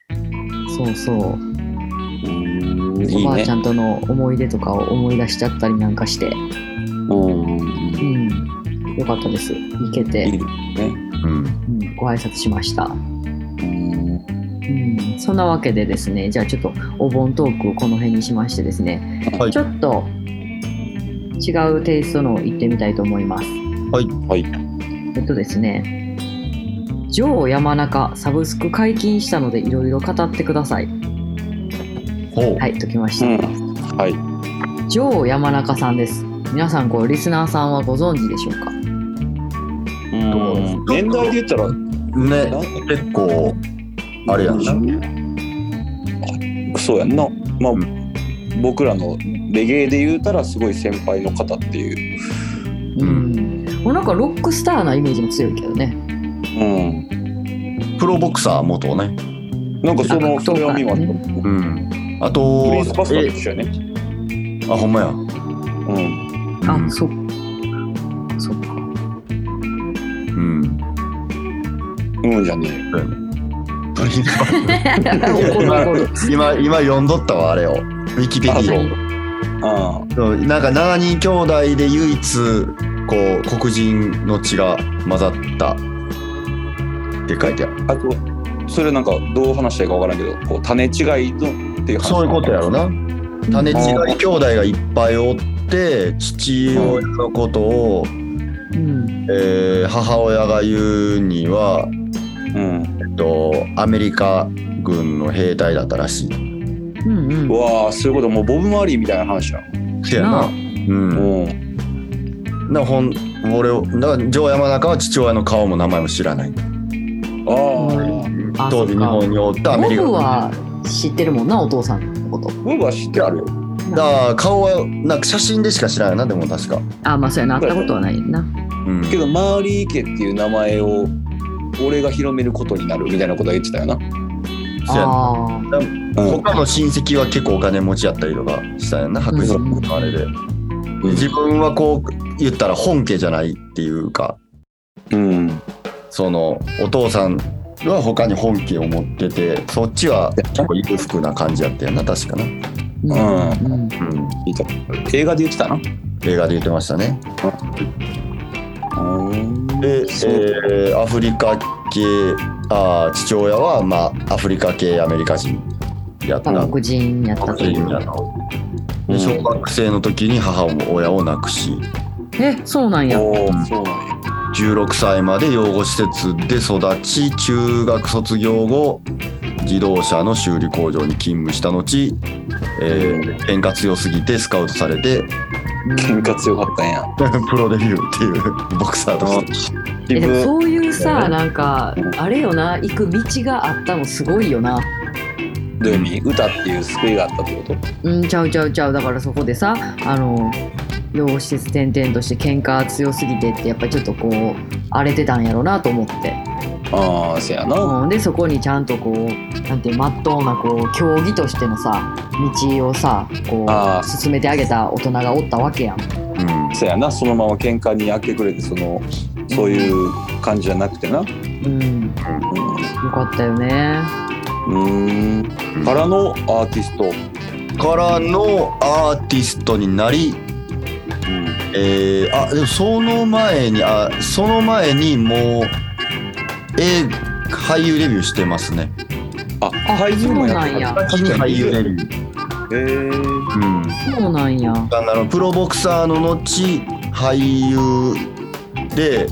C: そうそう
D: うんい
C: お
D: い
C: ばあ
D: ね
C: ちゃんとの思い出とかを思い出しちゃったりなんかして
D: うん
C: うんよかったです行けて
D: いいね
B: うん。
C: うんご挨拶しました、
D: うん
C: うん、そんなわけでですねじゃあちょっとお盆トークをこの辺にしましてですね、
B: はい
C: ちょっと違うテイストのを言ってみたいと思います
B: はい
D: はい
C: えっとですね「ジョー山中サブスク解禁したのでいろいろ語ってください」
B: ほう
C: は。い解きました、
D: うんはい
C: ジョー山中さんです皆さんこうリスナーさんはご存知でしょうか
D: うん年代で言ったら
B: ね、結構、あれやんな。
D: クソやんなまあ、
B: う
D: 僕らのレゲエで言うたらすごい先輩の方っていう
B: うん
C: もうなんかロックスターなイメージも強いけどね
D: うん
B: プロボクサー元ね。
D: なんかその
C: あ
D: それを見ました、
C: そう
B: うん。あ
D: プ
B: と
D: リンスパスタと一緒やね
B: えあ、ほんまや。
D: うん
C: あ、
B: うん
C: そっそっか
B: うん。
D: うんじゃねえよ
B: プリンスパス
C: 怒る怒る
B: 今、今読んどったわ、あれを。ウィキペデ
D: あ
B: ィ
D: そ
B: ア
D: うああ
B: そうなんか7人兄弟で唯一こう黒人の血が混ざったって書いてある
D: あとそれなんかどう話したいかわからんけどこう種違いのっていう話
B: そういうことやろな種違い兄弟がいっぱいおって父親のことを、
C: うん
B: えー母親が言うには、
D: うん
B: えっと、アメリカ軍の兵隊だったらしい。
C: うんうん
D: うわあそういうこともうボブ・マーリーみたいな話や
B: せや
C: な
B: な。
C: あ
B: うん、
D: うん
B: なほん俺をだから城山中は父親の顔も名前も知らない
D: あ
C: う
D: あ
C: あ
B: 当時
C: そっ
B: 日
C: か
B: 本におったアメリカ
C: 僕
B: 軍
C: は知ってるもんなお父さんのこと
D: ボブは知ってあるよ
B: だから顔はなんか写真でしか知らないなでも確か、
C: あまあそうやな会ったことはないな
B: うん
D: けどマーリー家っていう名前を俺が広めることになるみたいなことは言ってたよな、
B: そうやな
C: あー
D: うん
B: 他の親戚は結構お金持ちやったりとかしたやんな白人のあれで、で自分はこう言ったら本家じゃないっていうか
D: うん、
B: そのお父さんは他に本家を持っててそっちは結構裕福な感じやったよな確かな、うん、
C: うん
D: うん
C: うん
D: いいと映画で言ってたな
B: 映画で言ってましたねで、え
D: そう
B: ーアフリカ系あー父親は、まあ、アフリカ系アメリカ人やった
C: まあ黒人やったという
D: うん
B: で小学生の時に母親を亡くし
C: えそうなんや
D: おーそうなんや
B: 16歳まで養護施設で育ち中学卒業後自動車の修理工場に勤務した後、えー、喧嘩強すぎてスカウトされて *laughs*
D: 喧嘩強かったんや。
B: プロデビューっていう *laughs* ボクサーとして
C: えでも
D: 自分
C: そういうさなんかあれよな行く道があったのすごいよな
D: どういう意味歌っていう救いがあったってこと
C: うんちゃうちゃうちゃうだからそこでさあの養護施設転々として喧嘩強すぎてってやっぱりちょっとこう荒れてたんやろうなと思って、
D: ああせやな。
C: うん、でそこにちゃんとこうなんていうまっとうなこう競技としてのさ道をさこ
D: あ
C: う
D: ー
C: 進めてあげた大人がおったわけやん
D: せやなそのまま喧嘩に明け暮れてそのそういう感じじゃなくてな。う
C: うんよかったよね
D: ん。うーんからのアーティスト。
B: うんからのアーティストになり、えー、あでもその前にあその前にもうえー俳優レビューしてますね
D: あ俳優もやってた。
C: そうな
B: 俳
C: んや
B: 優レビュー
D: へー
B: うん
C: そうなんや
B: あのプロボクサーの後俳優で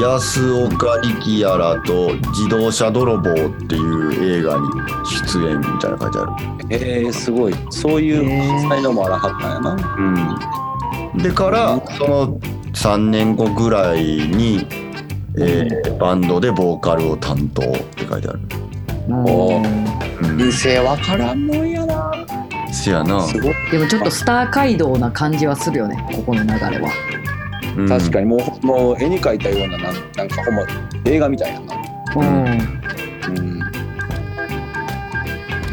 B: 安岡力也らと自動車泥棒っていう映画に出演みたいな書いてあ
D: えー、すごいそういう才能もあらはったんや
B: る。
D: な、
B: うん、でからその3年後ぐらいに、えーバンドでボーカルを担当って書いてある。
D: お
B: うん、
D: 生わからんもんやな
B: せやな。
D: すごい
C: でもちょっとスター街道な感じはするよねここの流れは
B: うん
D: 確かにもうもう絵に描いたようななんなんかほんま映画みたいやな
C: うん、
D: うん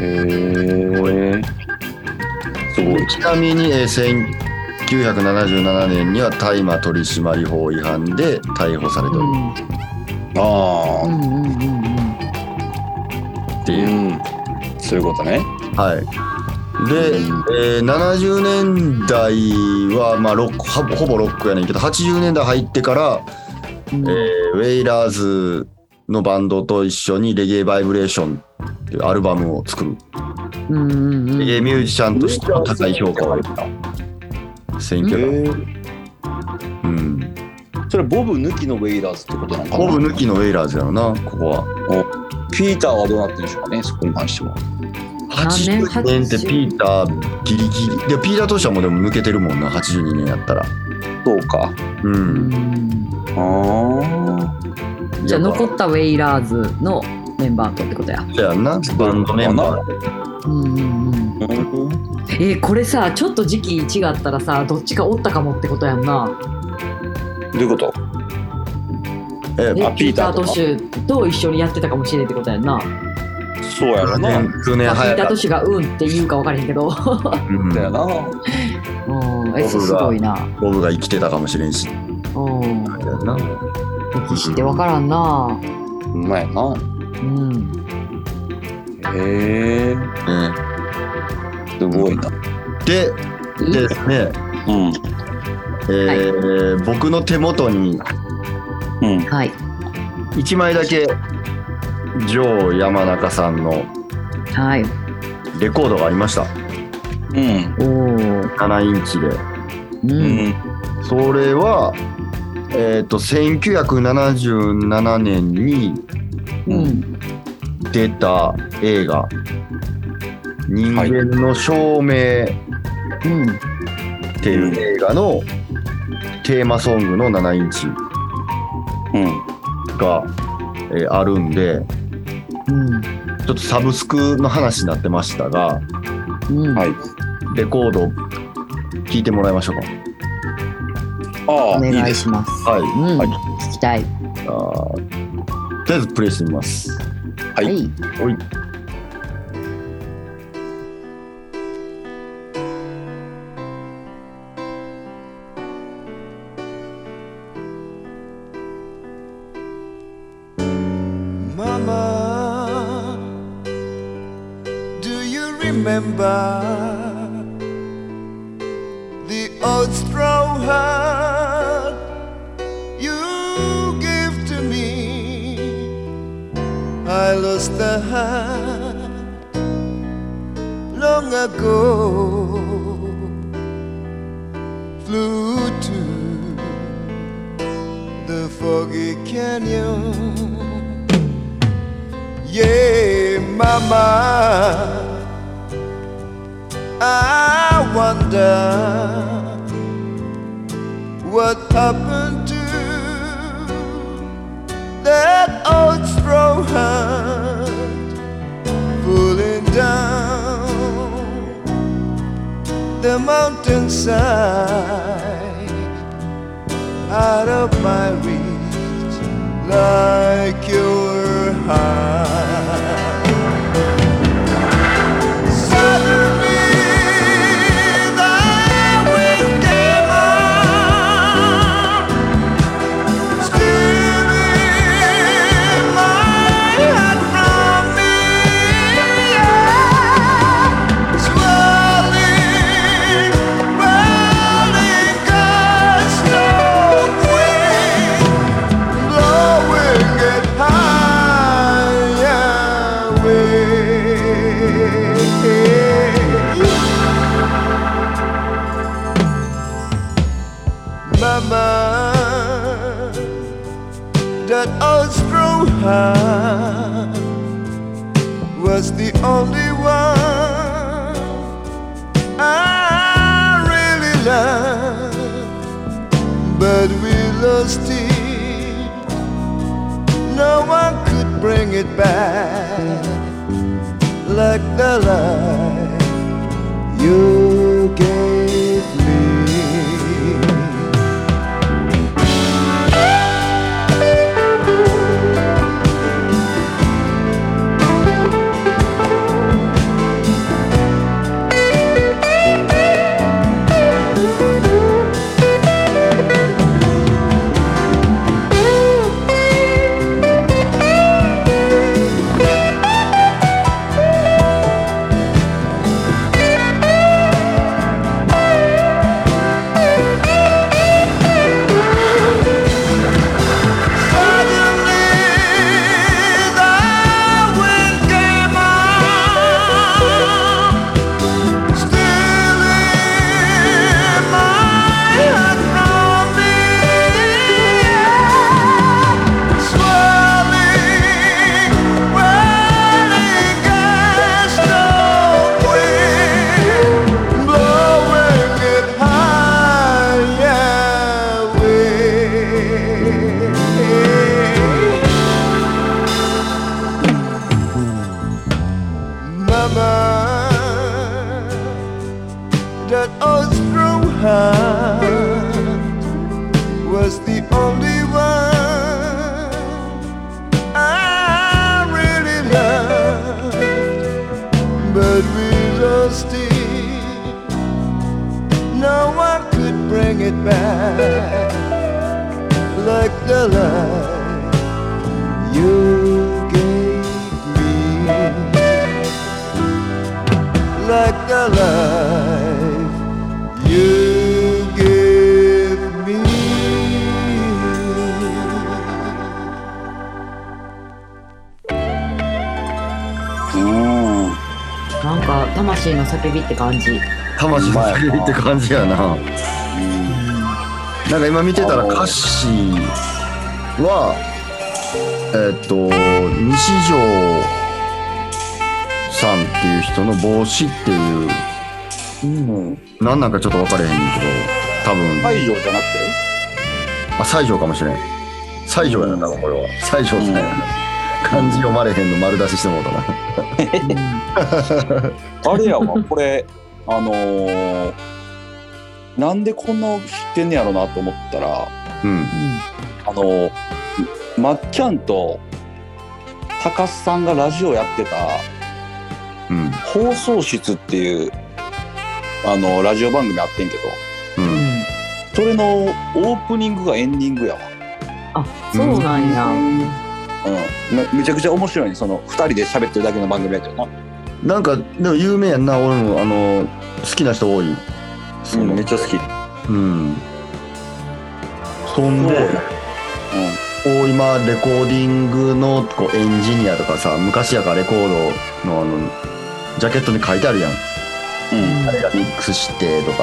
D: へえすごい
B: ちなみに、えー1977年には大麻取締法違反で逮捕されておる
D: あ
C: う
D: あ
C: んうんうんうん
B: って
D: う
B: いう。
D: んそういうことね
B: はい。で、えー70年代は、まあ、ロックほほぼロックやねんけど80年代入ってから、
C: うん
B: えーウェイラーズのバンドと一緒にレゲエバイブレーションっていうアルバムを作る、
C: うんうんうん
B: レゲエミュージシャンとしての高い評価を
D: へ
B: 得た選挙だ、
D: え
B: うん、
D: それボブ抜きのウェイラーズってことなのかな
B: コブ抜きのウェイラーズやろなここは
D: ピーターはどうなってるんでしょうかねそこに関しては
C: 何年
B: 80年ってピーターギリギリでピーターとしてはもうでも抜けてるもんな82年やったら
D: そうか
B: う
C: うんん
D: ああ
C: じゃあ
B: やっぱ
C: 残ったウェイラーズのメンバーとってことや、
B: そうやんなバンドメンバー
C: うんうんうん、えーこれさちょっと時期違ったらさどっちかおったかもってことやんな
D: どういうこと
B: え
C: で
D: あピーターと
C: ピーター・ト
D: か
C: シュと一緒にやってたかもしれんってことやんな、
D: そうやろ
B: 9
D: な。
B: 年九年
C: まあピ
B: 早
C: ー
B: か
C: ター・
B: っ
C: トシュがうんって言うか分からへんけ
D: *laughs*
C: ど、
B: た、うん
D: だよな。
C: うん、えすごいな、
B: ボブが生きてたかもしれんし
C: うん、
B: な
C: 歴史って分からんな
D: うまいな。
C: うん
D: へえ。すごいな。
B: ででですね、
D: うん。
B: えー僕の手元に
D: うん。
C: はい。
B: 1枚だけジョー山中さんの
C: はい。
B: レコードがありました
D: うん。
C: おお。
B: 7インチで
C: う。
D: うんん。
B: それはえっ、と1977年に
C: う。
D: うん
B: 出た映画「人間の証明」
C: うん。
B: っていう映画のテーマソングの7インチ
D: うん。
B: が、えーあるんで
C: うん。
B: ちょっとサブスクの話になってましたが
C: うん。
D: はい
B: レコード聞いてもらいましょう
D: あ
C: お
D: あ、いい
C: 願
D: で
C: い
D: す。
C: します。
B: かはい
C: うん。
B: はい
C: 聞きたい。
B: あーとりあえずプレイしてみます
D: はい
C: い。
F: Mama, do you remember the old straw hat you gave to me? I lost the hat long ago. Flew to the foggy canyon. Yeah, mama. I wonder happened to that old straw hat pulling down the mountainside out of my reach like you were high. Suddenly the wind came up, stealing my heart from me. Swirling, whirling gust of wind, blowing it high away. Mama, that old straw hat was the only one I really loved, but we lost it. No one could bring it back like the light you gave me. Blowing it high away. Mama, that old strong heart was the only one I really loved, but we lost it. No one could bring it back like the light you gave me like the life you give me.
D: うん
C: なんか魂の叫びって感じ
B: 魂の叫びって感じやな。なんか今見てたら歌詞は、えっと、西条さんっていう人の帽子っていう、何なんかちょっと分かれへんねんけど、多分、
G: 太陽じゃなくて
B: あ、西条かもしれん。西条やな、多分これは。西条さんやな。漢字読まれへんの丸出ししてもうたな。
G: あれや
C: *laughs*
G: わ、これ、あのーなんでこんな知ってんねやろなと思ったら、
B: うん。
G: あのーまっちゃんと高須さんがラジオやってた
B: うん。
G: 放送室っていう、あのーラジオ番組あってんけど、
B: うん。
G: それのオープニングがエンディングやわ。
C: あそうなんや
G: うん、めめちゃくちゃ面白いねその2人で喋ってるだけの番組やけどな、
B: なんか、でも有名やんな、俺も、あの、好きな人多い。その
G: めっちゃ好き、うん、
B: うん。そんで、こう今、レコーディングのこうエンジニアとかさ、昔やからレコードのあの、ジャケットに書いてあるやん。
G: うん
B: あれがミックスしてとか、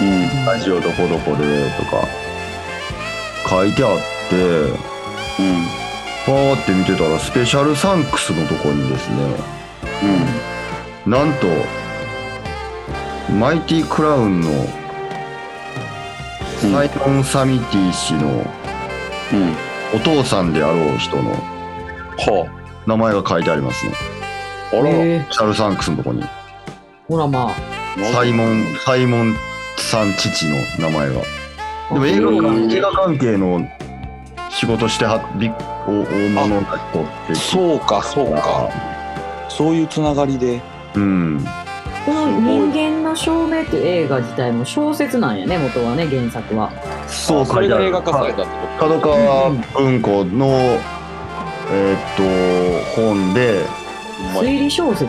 G: うん
B: ラジオどこどこでとか、書いてあって、
G: うん
B: パーって見てたら、スペシャルサンクスのとこにですね、なんと、マイティクラウンのサイモン・サミティ氏の
D: うん。
B: お父さんであろう人の
D: は
B: 名前が書いてありますね。
D: あ。あらら。
C: え
B: シャル・サンクスのとこに。
C: ほらま
B: サイモン、サイモンさん父の名前が。
C: あ。
B: でも映
C: え
B: 画
H: え
B: 関
H: ー
B: 映画関係の仕事してはび大物な人って。
D: そうか、そうか。そういうつながりで。
B: うん。
C: この人間の証明っていう映画自体も小説なんやね、元はね、原作は。
B: そ
D: あ
B: う
D: それが映画化されたってこ
B: 角川文庫の、えーっと本で
D: と。
C: 推理小説ね。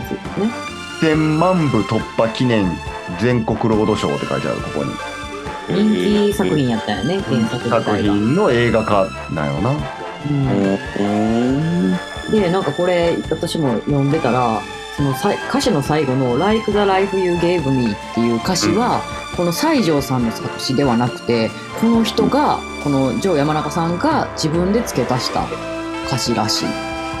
B: 千万部突破記念全国ロードショーって書いてあるここに
C: 人気作品やったよね、原作自
B: 作
C: 体が。
B: 品の映画化なんよな
C: うんでなんかこれ私も読んでたらそのさい歌詞の最後の「Like the life you gave me」っていう歌詞は、この西条さんの作詞ではなくてこの人がこの城山中さんが自分で付け足した歌詞らしい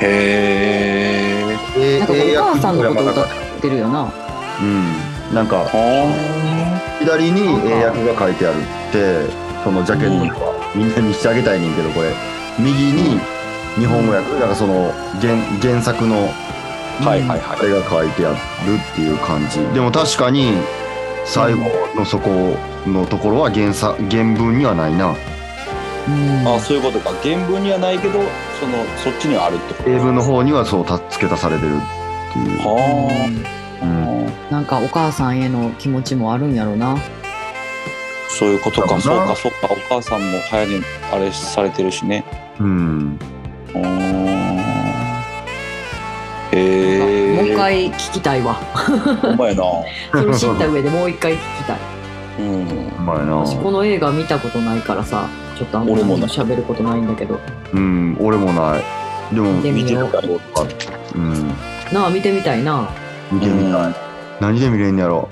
D: へえ。
B: え
C: なんかお母さんのことを歌っ
B: か
C: てるよな
B: うんなんか
D: あ
B: 左に英訳が書いてあるってそのジャケットとか、みんなに見せてあげたいねんけどこれ右に日本語訳だからその原原作の
D: あ。はいはいは
B: あれが書いてあるっていう感じでも確かに最後のそこのところは原作原文にはないな
C: うん
D: い。あ、そういうことか。原文にはないけど、そのそっちにはあるってこと。
B: 英文の方にはそうた付け足されてるっていう、
D: は
B: う
D: あ、
B: ん
C: なんかお母さんへの気持ちもあるんやろな
D: そういうことか。
B: そ
D: そうう
B: かな
D: かそうか。お母さんも早にあれされてるしね。
B: うん、
D: うーんへえ。
C: もう一。回聞きたい
D: *laughs*
C: わ
D: ほんまやな。
C: それ知った上でもう一回聞きたい
D: うん。
B: うまいな
C: 私この映画見たことないからさちょっとあんまり
D: 俺もない
C: 喋ることないんだけど
B: うん俺もないでも
C: 見てみよう
B: たことかうん
C: なあ見てみたいな
B: 見てみたい、何で見れんのやろ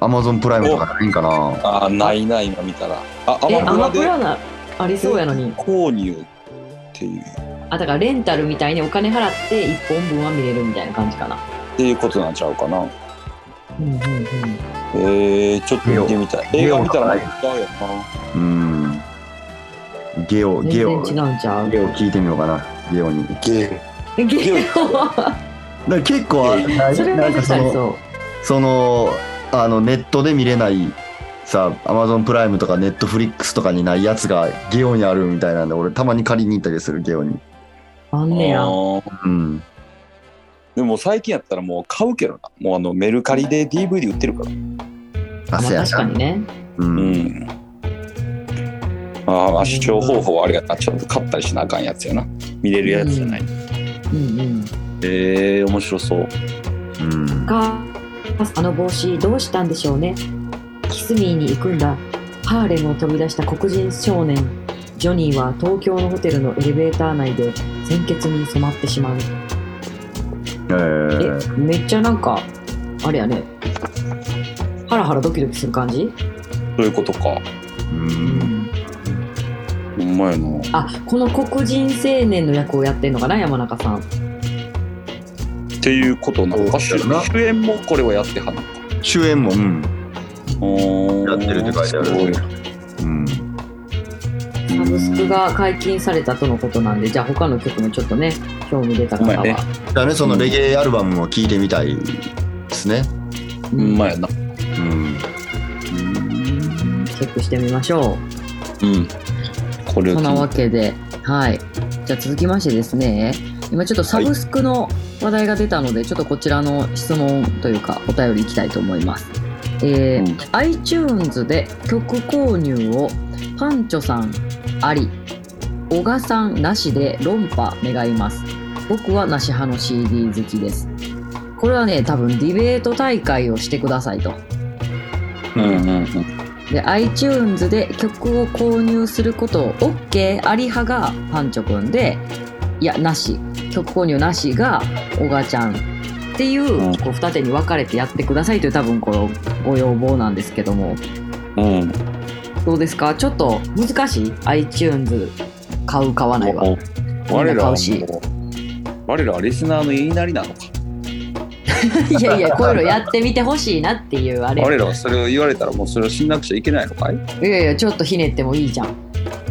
B: アマゾンプライムとかないんかな
D: あ、ないない今見たら。あ、ア
C: えア
D: マ
C: マ
D: プ
C: プ
D: ラ
C: ラなあり
D: で
C: そうやのに
D: 購入っていう。っ
C: あだからレンタルみたいにお金払って1本分は見れるみたいな感じかな
D: ていうことなんちゃうかな。
C: うんうんうん
D: えー、ちょっと見てみたい。
B: ゲオ
D: 映画見たらまた違うよな。
B: うんゲオ
C: 全
B: ゲ
C: 然違
B: オ
C: うんちゃう
B: ゲオ聞いてみようかなゲオにだか
C: えゲオ
B: ら結構あな
C: それ
B: な
C: は
B: んか
C: 絶
B: そ
C: 対
B: の
C: そ
B: そのあのネットで見れないさアマゾンプライムとかネットフリックスとかにないやつがゲオにあるみたいなんで俺たまに借りに行ったりするゲオに
C: うあんねや
D: あ
C: あ
D: ー
B: うん
D: でも最近やったらもう買うけどな。もうあのメルカリで DVD 売ってるから。
C: まあ
B: 汗や
C: 確か
B: な
C: にね
B: う
D: うんん。ああ、視聴方法はあれやな。ちょっと買ったりしなあかんやつやな。見れるやつじゃない。
C: うんうん
D: えー、面白そう。
B: うん
C: かあの帽子どうしたんでしょうねキスミーに行くんだハーレムを飛び出した黒人少年ジョニーは東京のホテルのエレベーター内で鮮血に染まってしまう
B: えー
C: えめっちゃなんかあれやねハラハラドキドキする感じ、
D: そういうことか。
B: うん
D: ほんまやな。
C: あこの黒人青年の役をやってんのかな山中さん
D: っていうことなのか。主
B: そうやな
D: 主演もこれはやってはんのか。
B: 主演もうん
D: や
B: やってるって書いてあるうん
C: サブスクが解禁されたとのことなんでじゃあ他の曲もちょっとね興味出た方は、
D: ほんまやね
B: だねそのレゲエアルバムを聴いてみたいですね
D: うまやな。
B: うん
C: チェックしてみましょう
D: うん。これを
C: そ
D: 機
C: んなわ
D: に
C: けで、はい。じゃあ続きましてですね、今ちょっとサブスクの話題が出たので、ちょっとこちらの質問というかお便りいきたいと思います。えー
D: うん
C: iTunes で曲購入をパンチョさんあり、小賀さんなしで論破願います。僕はなし派の CD 好きです。これはね、多分ディベート大会をしてくださいと。
D: うんうんうん。
C: で iTunes で曲を購入することを OK あり派がパンチョくんでいやなし曲購入なしが小賀ちゃんっていう,、
D: うん
C: こう二手に分かれてやってくださいという多分このご要望なんですけども
D: うん。
C: どうですかちょっと難しい iTunes 買う買わないは
D: もう
C: み
D: 我らは
C: んな買うし
D: もう我らはリスナーの言いなりなのか。
C: *laughs* いやいや、こういうのやってみてほしいなっていうあれ。
G: 俺らはそれを言われたらもうそれを信なくちゃいけないの
C: *laughs*
G: かい
C: いやいや、ちょっとひねってもいいじゃん。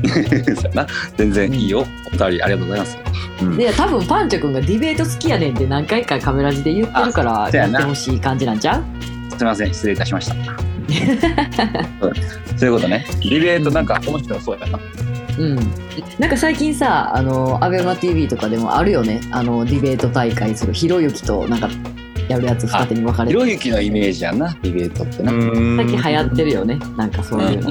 G: そうやな全然いいよ、お便りありがとうございます
C: いや、多分パンチョ君がディベート好きやねんって何回かカメラ字で言ってるから
G: あ、そう
C: や
G: や
C: っ
G: な
C: てほしい感じなんちゃう
G: すいません失礼いたしま
C: *laughs*
G: したそうそういうことねリレートなんか面白そうやな
C: うん。なんか最近さ、あの、アベマ TV とかでもあるよね。あの、ディベート大会する。ひろゆきとなんか、やるやつ二手に分かれ
G: ひ
C: て。
G: ろゆきのイメージやなリベートってな、
C: 最近流行ってるよね。なんかそういうの。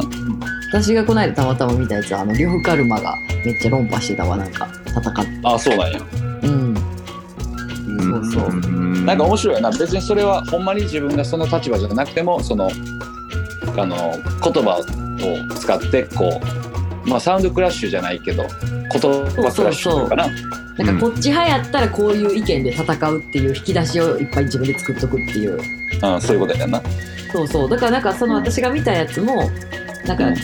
G: うん
C: 私がこの間たまたま見たやつは、あの、呂布カルマがめっちゃ論破してたわ。なんか、戦って。
G: あそうなんや
C: うん。そうそう。
G: なんか面白いよな別にそれはほんまに自分がその立場じゃなくてもそのあの言葉を使ってこうまあサウンドクラッシュじゃないけど言葉クラッシュというかな
C: なんかこっち派やったらこういう意見で戦うっていう引き出しをいっぱい自分で作っとくっていう
G: うん、そういうことやな
C: そうそうだからなんかその私が見たやつもなんか、
G: うん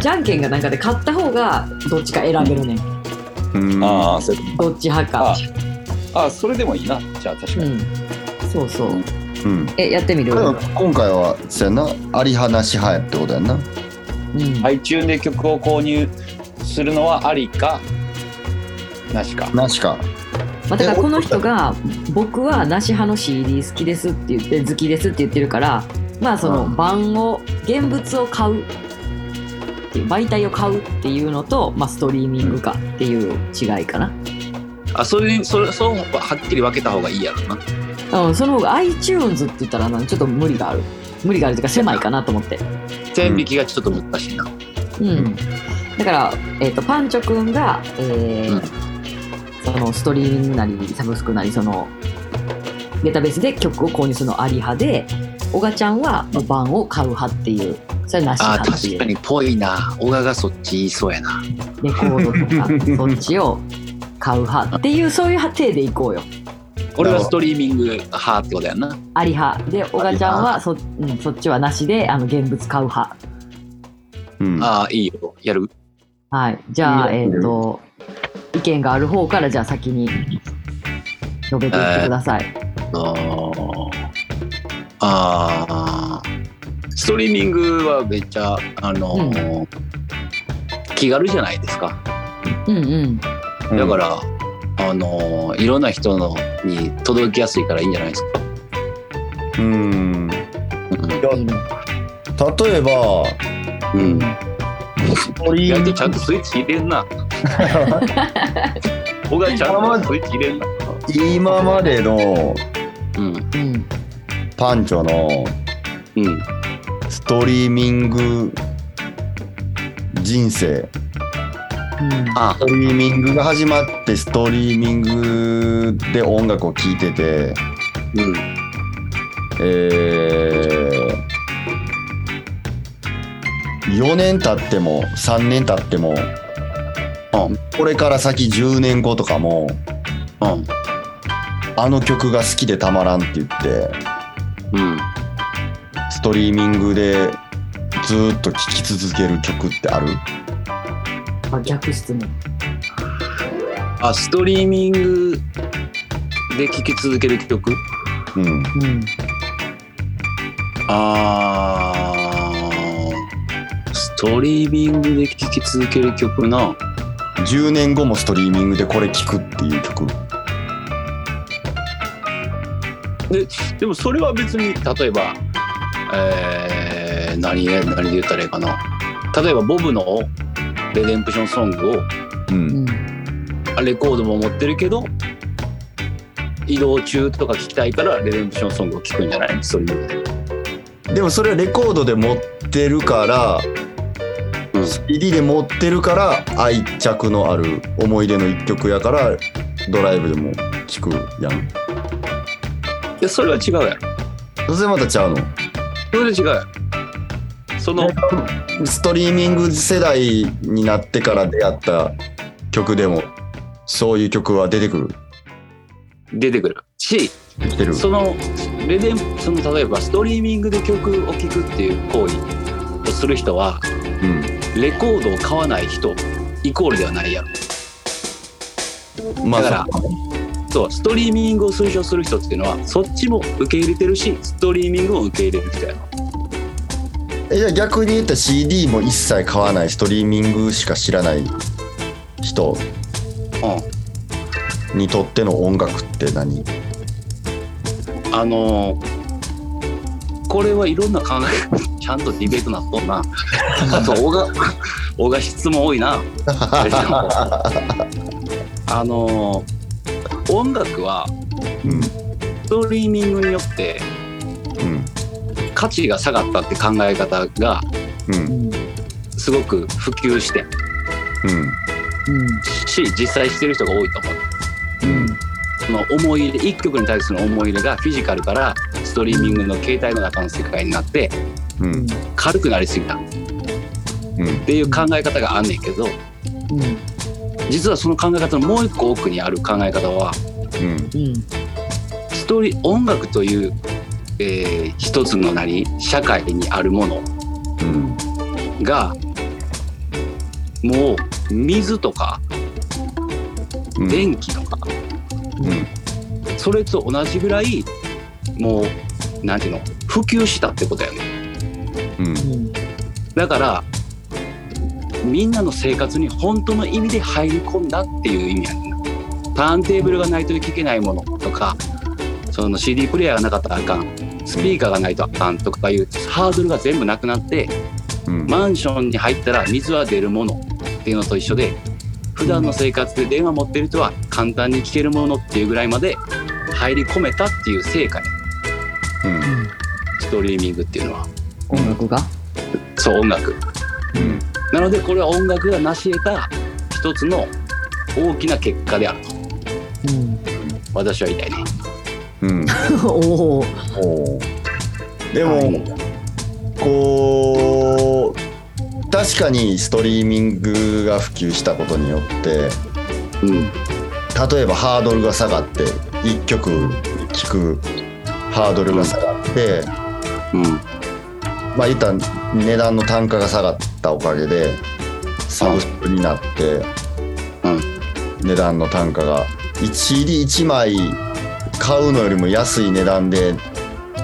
C: じゃんけんがなんかで勝った方がどっちか選べるねん
G: ああそういうこ
C: どっち派
G: と
C: か
G: あああそれでもいいなじゃあ確か
C: う
G: に、
C: んそうそううん
B: うん
C: えやってみる、
B: だから今回はそうやなありはなし派やってことやんな
C: うん、
G: iTune で曲を購入するのはありかなしか
B: なしか
C: まあ、だからこの人が「僕はなし派の CD 好きです」って言って「好きです」って言ってるからまあその版を現物を買うっていう媒体を買うっていうのと、まあ、ストリーミングかっていう違いかな、
D: あそれにそれそうはっきり分けた方がいいやろな
C: うん、その方が iTunes って言ったらなんかちょっと無理がある無理があるというか狭いかなと思って
D: 線引きがちょっと難しいな、
C: うんだから、えー、とパンチョくんが、えー
D: うん
C: そのストリーミングなりサブスクなりそのデータベースで曲を購入するのあり派で小賀ちゃんはもう版を買う派っていうそれはなし
D: あ
C: 派ってい
D: 確
C: う
D: かにぽいな小川がそっち言いそうやな
C: レコ
D: *laughs*
C: ードとかそっちを買う派っていうそういう手でいこうよ
D: 俺はストリーミング派ってことやな
C: あり派で小賀ちゃんはそ,、うん、そっちはなしであの現物買う派
B: うん
D: ああいいよやる
C: はいじゃあ
B: いい
C: えっ、
B: よ
C: と意見がある方からじゃあ先に述べていってください、
D: あーあーストリーミングはめっちゃあのー気軽じゃないですか
C: うんうん
D: だから、あのーいろんな人のに届きやすいからいいんじゃないですか、
B: うん
D: うん
B: いや
C: いいね
B: 例えば
D: うん、
B: 鳥
D: い *laughs* やでちゃんとスイッチ入れんな僕はちゃんとスイッチ入れんな、
B: 今までの
D: うん
C: うん
B: パンチョの
D: うん、
B: ストリーミング人生
C: う
D: あ
B: ストリーミングが始まってストリーミングで音楽を聴いてて
D: うん
B: え4年経っても3年経ってもこれから先10年後とかも
D: うん
B: あの曲が好きでたまらんって言って
D: うん
B: ストリーミングでずーっと聴き続ける曲ってある
C: ん、あ逆質問
D: あストリーミングで聴き続ける曲
B: うん
C: うん
D: あーストリーミングで聴き続ける曲な
B: 10年後もストリーミングでこれ聴くっていう曲
D: でもそれは別に例えば、えー何で何で言ったらいいかな例えばボブのレデンプションソングを
B: う
C: うんん
D: あレコードも持ってるけど移動中とか聴きたいからレデンプションソングを聴くんじゃないそういう
B: でもそれはレコードで持ってるから、
D: うん
B: CD で持ってるから愛着のある思い出の一曲やからドライブでも聴くやん
D: いやそれは違うやろ
B: それまたちゃうの
D: それで違うやろその
B: ストリーミング世代になってから出会った曲でもそういう曲は出てくる
D: 出てくるし
B: 出てる
D: そのレデンその例えばストリーミングで曲を聴くっていう行為をする人はレコードを買わない人イコールではないやろ
B: うんま
D: だから
B: そう
D: そうストリーミングを推奨する人っていうのはそっちも受け入れてるしストリーミングも受け入れる人やな
B: えじゃあ逆に言ったら CD も一切買わないストリーミングしか知らない人にとっての音楽って何
D: あのーこれはいろんな考え方ちゃんとディベートなっとんなあと小が小が質問多いなあのー音楽は
B: うん
D: ストリーミングによって
B: うん
D: 価値が下がったって考え方が
B: うん
D: すごく普及して
B: うん
D: し実際してる人が多いと思う
B: うん
D: その思い入れ1曲に対する思い入れがフィジカルからストリーミングの携帯の中の世界になって
B: うん
D: 軽くなりすぎたっ
B: うん
D: ていう考え方があんねんけど実はその考え方のもう一個奥にある考え方は
B: うん
D: ストーリー音楽という、えー一つのなり社会にあるもの
B: うん
D: がもう水とか
B: うん
D: 電気とか、
B: うん
D: それと同じぐらいもうなんていうの普及したってことやね
B: うん
D: だからみんなの生活に本当の意味で入り込んだっていう意味やねんなターンテーブルがないと聞けないものとかその CD プレイヤーがなかったらあかんスピーカーがないとあかんとかいうハードルが全部なくなって
B: うん
D: マンションに入ったら水は出るものっていうのと一緒で普段の生活で電話持ってる人は簡単に聞けるものっていうぐらいまで入り込めたっていう成果や
B: うん
D: ストリーミングっていうのは
C: 音楽が
D: そう音楽
B: うん
D: なのでこれは音楽が成し得た一つの大きな結果であると私は言いたいね。
B: うん
I: おお
B: でも、こう確かにストリーミングが普及したことによって
D: うん、
B: 例えばハードルが下がって1曲聴くハードルが下がって、
D: うん、
B: まあ言ったら値段の単価が下がったおかげでサブスクになって、値段の単価が CD1 枚買うのよりも安い値段で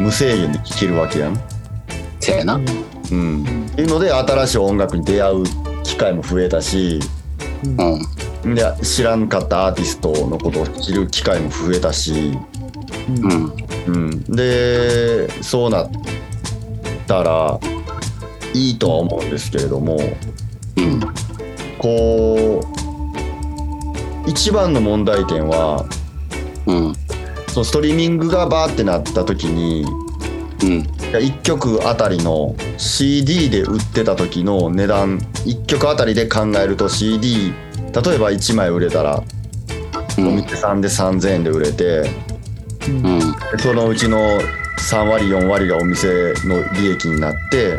B: 無制限で聴けるわけやん。
D: せやな。
B: うん、っていうので新しい音楽に出会う機会も増えたし
D: うん、
B: で知らんかったアーティストのことを知る機会も増えたし、
D: うん、
B: うん、でそうなったらいいとは思うんですけれども
D: うん、
B: こう一番の問題点は
D: うん、
B: そのストリーミングがバーってなった時に
D: うん、
B: 1曲あたりの CD で売ってた時の値段1曲あたりで考えると CD 例えば1枚売れたら
D: う
B: お
D: ん、
B: 店さんで3000円で売れて
D: うん、
B: そのうちの3割4割がお店の利益になって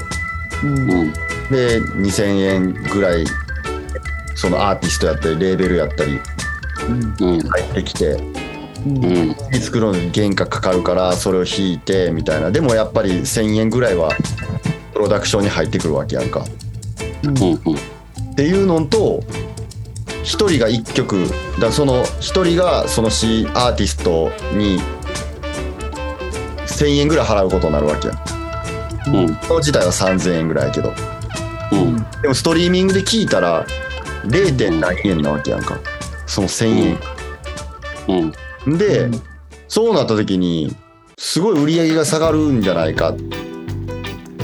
D: うん、
B: で2000円ぐらいそのアーティストやったりレーベルやったり
D: う
B: 入
D: ん、
B: ってきて
D: うん、
B: 作るのに原価かかるからそれを引いてみたいなでもやっぱり1000円ぐらいはプロダクションに入ってくるわけやんか。
D: うん、
B: っていうのと1人が1曲だからその1人がそのしアーティストに1,000円ぐらい払うことになるわけや
D: うん、
B: その自体は3,000円ぐらいやけど
D: うん、
B: でもストリーミングで聞いたら 0. 何円なわけやんかその1,000
D: うん、
B: 円でそうなった時にすごい売り上げが下がるんじゃないかっ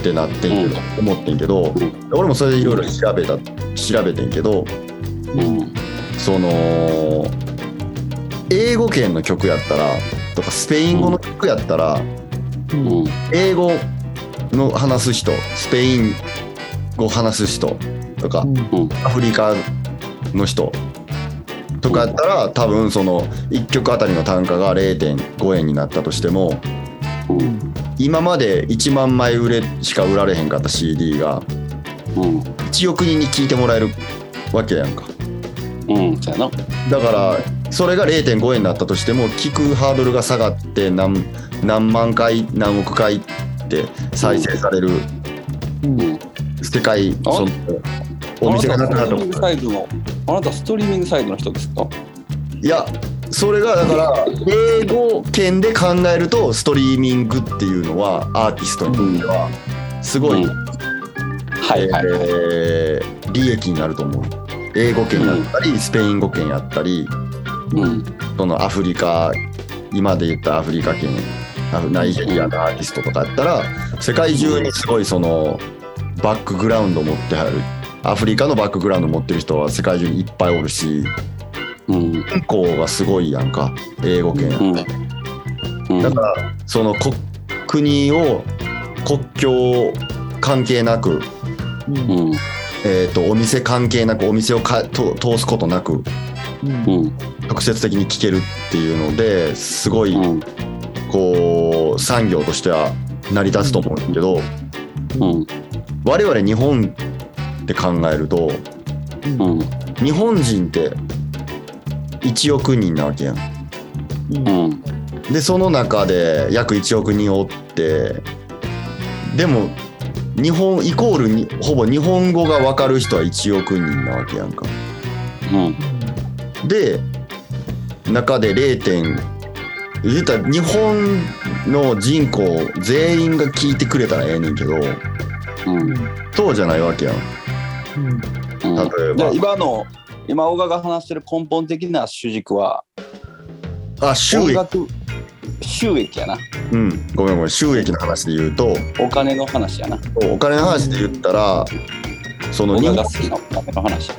B: てなってんけど思ってんけど俺もそれでいろいろ調べた調べてんけど
D: うん、
B: その英語圏の曲やったらとかスペイン語の曲やったら、
D: うん、
B: 英語の話す人スペイン語話す人とか、
D: うん
B: アフリカの人とかやったら多分その1曲あたりの単価が0.5円になったとしても今まで1万枚売れしか売られへんかった CD が
D: うん、
B: 1億人に聴いてもらえるわけやんか。
D: うん、せやな。
B: だからそれが0.5円になったとしても聞くハードルが下がって何何万回何億回って再生される
D: うん、
B: 世界
G: あ
B: そのお店がなくなっ
G: あ
B: た
G: なたストリーミングサイドのあなたストリーミングサイドの人ですか
B: いやそれがだから英語圏で考えるとストリーミングっていうのはアーティストにとってはすごい、
C: うんはいはいはい。
B: えー利益になると思う英語圏やったり、スペイン語圏やったり
C: うん。
B: そのアフリカ今で言ったアフリカ圏アフナイジェリアのアーティストとかやったら世界中にすごいそのバックグラウンド持ってはるアフリカのバックグラウンド持ってる人は世界中にいっぱいおるし
C: うん。
B: 人口がすごいやんか英語圏や
C: うん。うん
B: だからそのこ国を国境関係なく、
C: うん。
B: えー、とお店関係なくお店をかと通すことなく
C: うん。
B: 直接的に聞けるっていうのですごい
C: うん。
B: こう産業としては成り立つと思うんだけど
C: うん。
B: 我々日本って考えると
C: うん。
B: 日本人って1億人なわけやん。
C: うん。
B: でその中で約1億人おってでも日本イコールにほぼ日本語が分かる人は1億人なわけやんか。
C: うん。
B: で中で0点言ったら日本の人口全員が聞いてくれたらええねんけど
C: うん。
B: そうじゃないわけやん例え
D: じゃあ
B: ば
D: 今の今小川が話してる根本的な主軸は
B: あ収
D: 音
B: 益
D: 楽収益やな
B: うんごめんごめん収益の話で言うと
D: お金の話やな
B: お金の話で言ったらその
D: 小
B: 日本
D: 川が好きなお金の話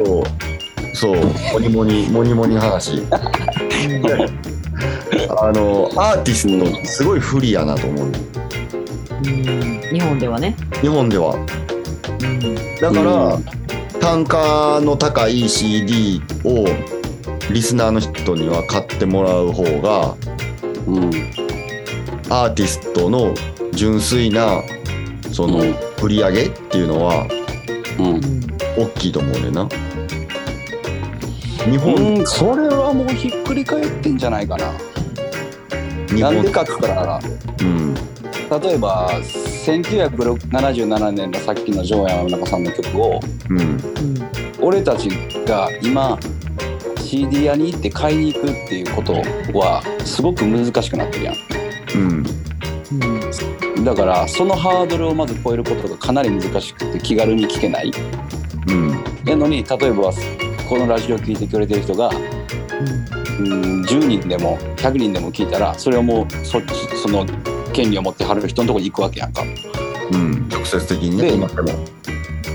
B: そう、そう、モニモニ、モニモニ話。であの、アーティストのすごい不利やなと思う。
J: 日本ではね。
B: 日本では。だから、単価の高い CD をリスナーの人には買ってもらう方が、
C: うん。
B: アーティストの純粋な、その、
C: うん
B: 売り上げっていうのは
C: うん。
B: 大きいと思うねんな。日本、
D: うんそれはもうひっくり返ってんじゃないかな
B: 日
D: なん
B: 本
D: で、かっつったら
B: うん、
D: 例えば1977年のさっきの城山の中さんの曲を
B: うん、
D: 俺たちが今 CD 屋に行って買いに行くっていうことはすごく難しくなってるや
B: うん。
D: んだからそのハードルをまず超えることがかなり難しくて気軽に聴けない
B: うん、
D: やのに例えばこのラジオ聴いてくれてる人が、うん、10人でも100人でも聞いたらそれはもうそっちその権利を持ってはる人のとこに行くわけやんか。
B: うん、直接的にね、
D: で
B: 今でも。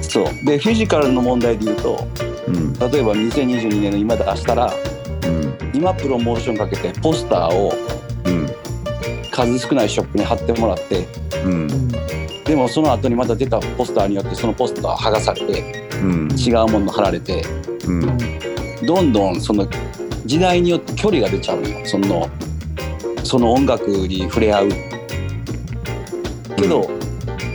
D: そうでフィジカルの問題で言うと
B: うん、
D: 例えば2022年の今出したら
B: うん、
D: 今プロモーションかけてポスターを
B: うん、
D: 数少ないショップに貼ってもらって
B: うん、
D: でもその後にまた出たポスターによってそのポスター剥がされて
B: うん、
D: 違うもの貼られて
B: うん、
D: どんどんその時代によって距離が出ちゃうのよそのその音楽に触れ合うけど、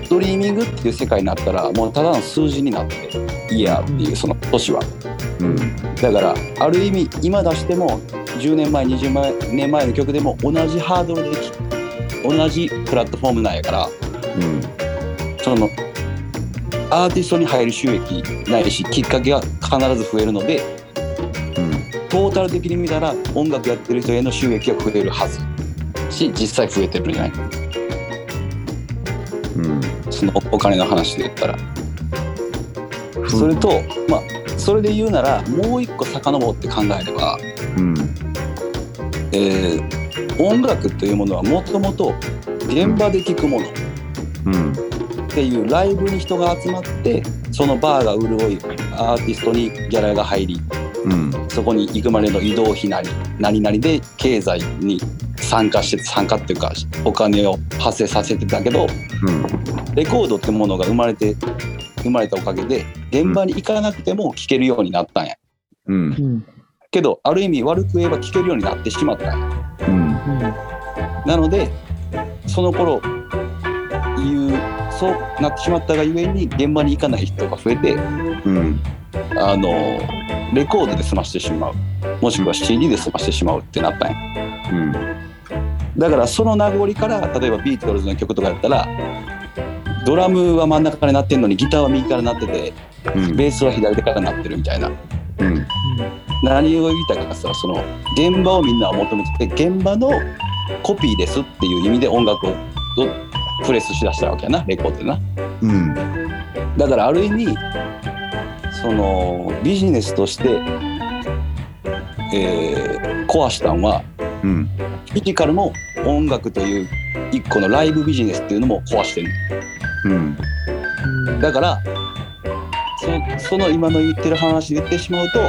D: ストリーミングっていう世界になったらもうただの数字になっていいやっていうその年は
B: うん、
D: だからある意味今出しても10年前20年前の曲でも同じハードルでき同じプラットフォームなんやから
B: うん、
D: そのアーティストに入る収益ないしきっかけが必ず増えるのでトータル的に見たら音楽やってる人への収益が増えるはずし実際増えてるんじゃない
B: うん、
D: そのお金の話で言ったら。それとまあそれで言うならもう一個遡って考えれば、
B: うん、
D: えー音楽というものはもともと現場で聴くもの
B: うん、
D: っていうライブに人が集まってそのバーが潤いアーティストにギャラが入り
B: うん、
D: そこに行くまでの移動費なり何々で経済に参加して参加っていうかお金を発生させてたけ
B: う
D: ど
B: ん、
D: レコードってものが生まれて生まれたおかげで現場に行かなくても聴けるようになったんや
B: うん、
D: けどある意味悪く言えば聴けるようになってしまったんや
B: うん、
D: なのでその頃言うそうなってしまったがゆえに現場に行かない人が増えて
B: うん、
D: あのレコードで済ましてしまうもしくは CD で済ましてしまうってなったんや
B: うん、
D: だからその名残から例えばビートルズの曲とかやったらドラムは真ん中から鳴ってんのにギターは右から鳴ってて
B: うん、
D: ベースは左手から鳴ってるみたいな何を言いたいかって言ったらその現場をみんなは求めてて現場のコピーですっていう意味で音楽をプレスしだしたわけやなレコードでな
B: うん
D: だからある意味そのビジネスとして、えー壊したんは
B: うん
D: フィジカルも音楽という一個のライブビジネスっていうのも壊してる
B: うん
D: だからそその今の言ってる話で言ってしまうと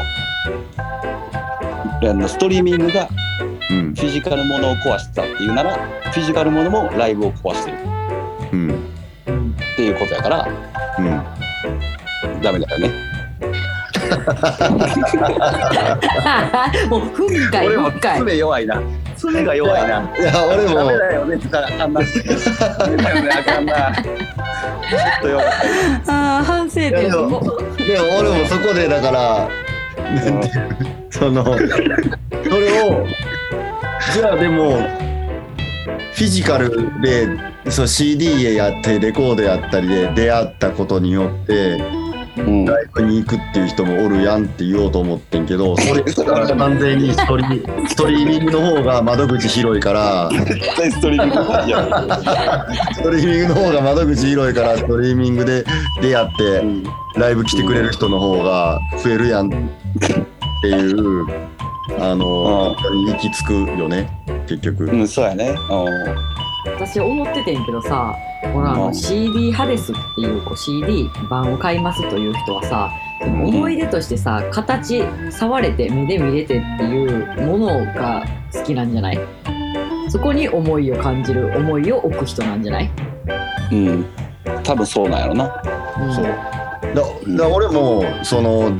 D: あのストリーミングが
B: うん
D: フィジカルものを壊したっていうならフィジカルものもライブを壊してる
B: うん
D: っていうことやから
B: うん
D: ダメだよね
C: もう深い
E: 俺も
C: 深い
E: 爪弱いな。爪が弱いな。
B: いや俺
E: ダメ
B: も
E: だよねって言ったらあかんな。ダメだよねあかんな。ちょっと弱い。
C: あー反省
B: いや
C: 点
B: いやで
C: も
B: も俺もそこでだからなんていうそのそれをじゃあでもフィジカルでそう CD やってレコードやったりで出会ったことによって
D: うん
B: ライブに行くっていう人もおるやんって言おうと思ってんけどそれから完全にストリストリーミングの方が窓口広いから
D: 絶対ストリーミングいや
B: ストリーミングの方が窓口広いからストリーミングで出会って。ライブ来てくれる人の方が増えるやんっていう、あの、行き着くよね、結局。
D: うんそうやね
C: 私思っててんけどさほらあ
D: う
C: の
D: ん
C: CD 派ですっていうこう CD 版を買いますという人はさ
D: ん
C: 思い出としてさ形触れて目で見れてっていうものが好きなんじゃないそこに思いを感じる思いを置く人なんじゃない、
D: うん、うん、多分そうなんやろな
C: うん
B: そうだだ俺も、その、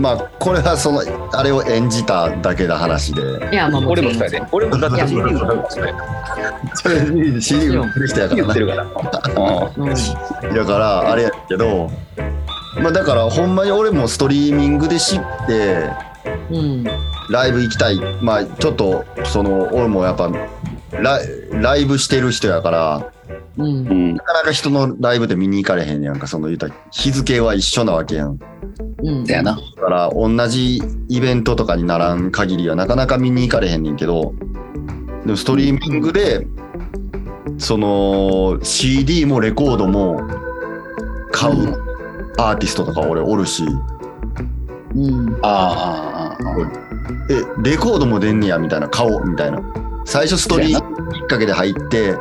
B: まあ、これはその、あれを演じただけの話で、
C: *laughs* いやまあも
G: 俺
C: ち
G: も
C: ろん
G: そうやで。俺もだっ
C: いや
G: て CD の話だよ。
B: CD 売ってる人やか
G: 言
B: ら
G: っ
B: な
G: て。るから。う
C: うん
B: だから、あれやけど、まあ、だから、ほんまに俺もストリーミングで知って、
C: うん
B: ライブ行きたい、まあ、ちょっと、その、俺もやっぱ、ラライブしてる人やから、
C: うん
D: ん、うん
B: なかなか人のライブで見に行かれへんやんか、その言うたら日付は一緒なわけやん。だ
C: うん
D: だよな
B: から同じイベントとかにならん限りはなかなか見に行かれへんねんけど、でもストリーミングで、その CD もレコードも買うアーティストとか俺おるし、
C: うん
D: あーあーあー
B: え、レコードも出んねやみたいな、買おうみたいな。最初ストリーミングきっかけで入って、
D: あ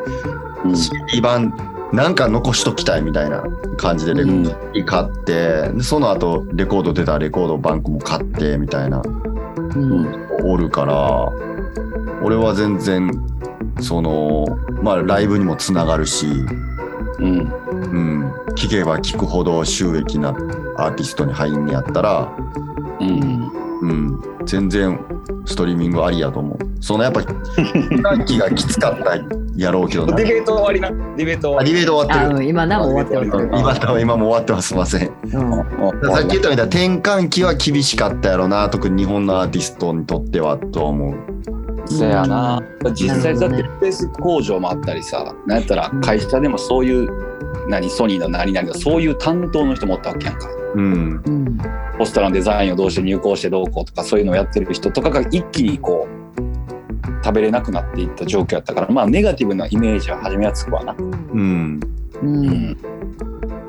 D: ー
B: CD 版なんか残しときたいみたいな感じでレコード買って、でその後レコード出たレコードバンクも買ってみたいな
C: うん
B: おるから俺は全然そのまあライブにもつながるし、
D: うんうん
B: うん、聴けば聴くほど収益なアーティストに入んねやったら、
D: うん
B: うん、全然ストリーミングありやと思うそのやっぱ短期がきつかったやろうけどな
G: ディベート終わりな。ディベート終わ
B: あ
G: り。
B: リベート終わ
C: あ
B: ってる
C: うん今なも終わっておるけ
B: 今多分今もう終わってますすいません
C: どうん
B: さっき言ったみたいな転換期は厳しかったやろな特に日本のアーティストにとってはとは思う
D: そやな実際だっ
C: な
D: て
C: る
D: スペース工場もあったりさなんやったら会社でもそういう何ソニーの何々のそういう担当の人もおったわけやんか
B: うん
C: うん
D: ポスターのデザインをどうして入稿してどうこうとかそういうのをやってる人とかが一気にこう食べれなくなっていった状況やったからまあネガティブなイメージは初めはつくわな、
B: うん
C: うん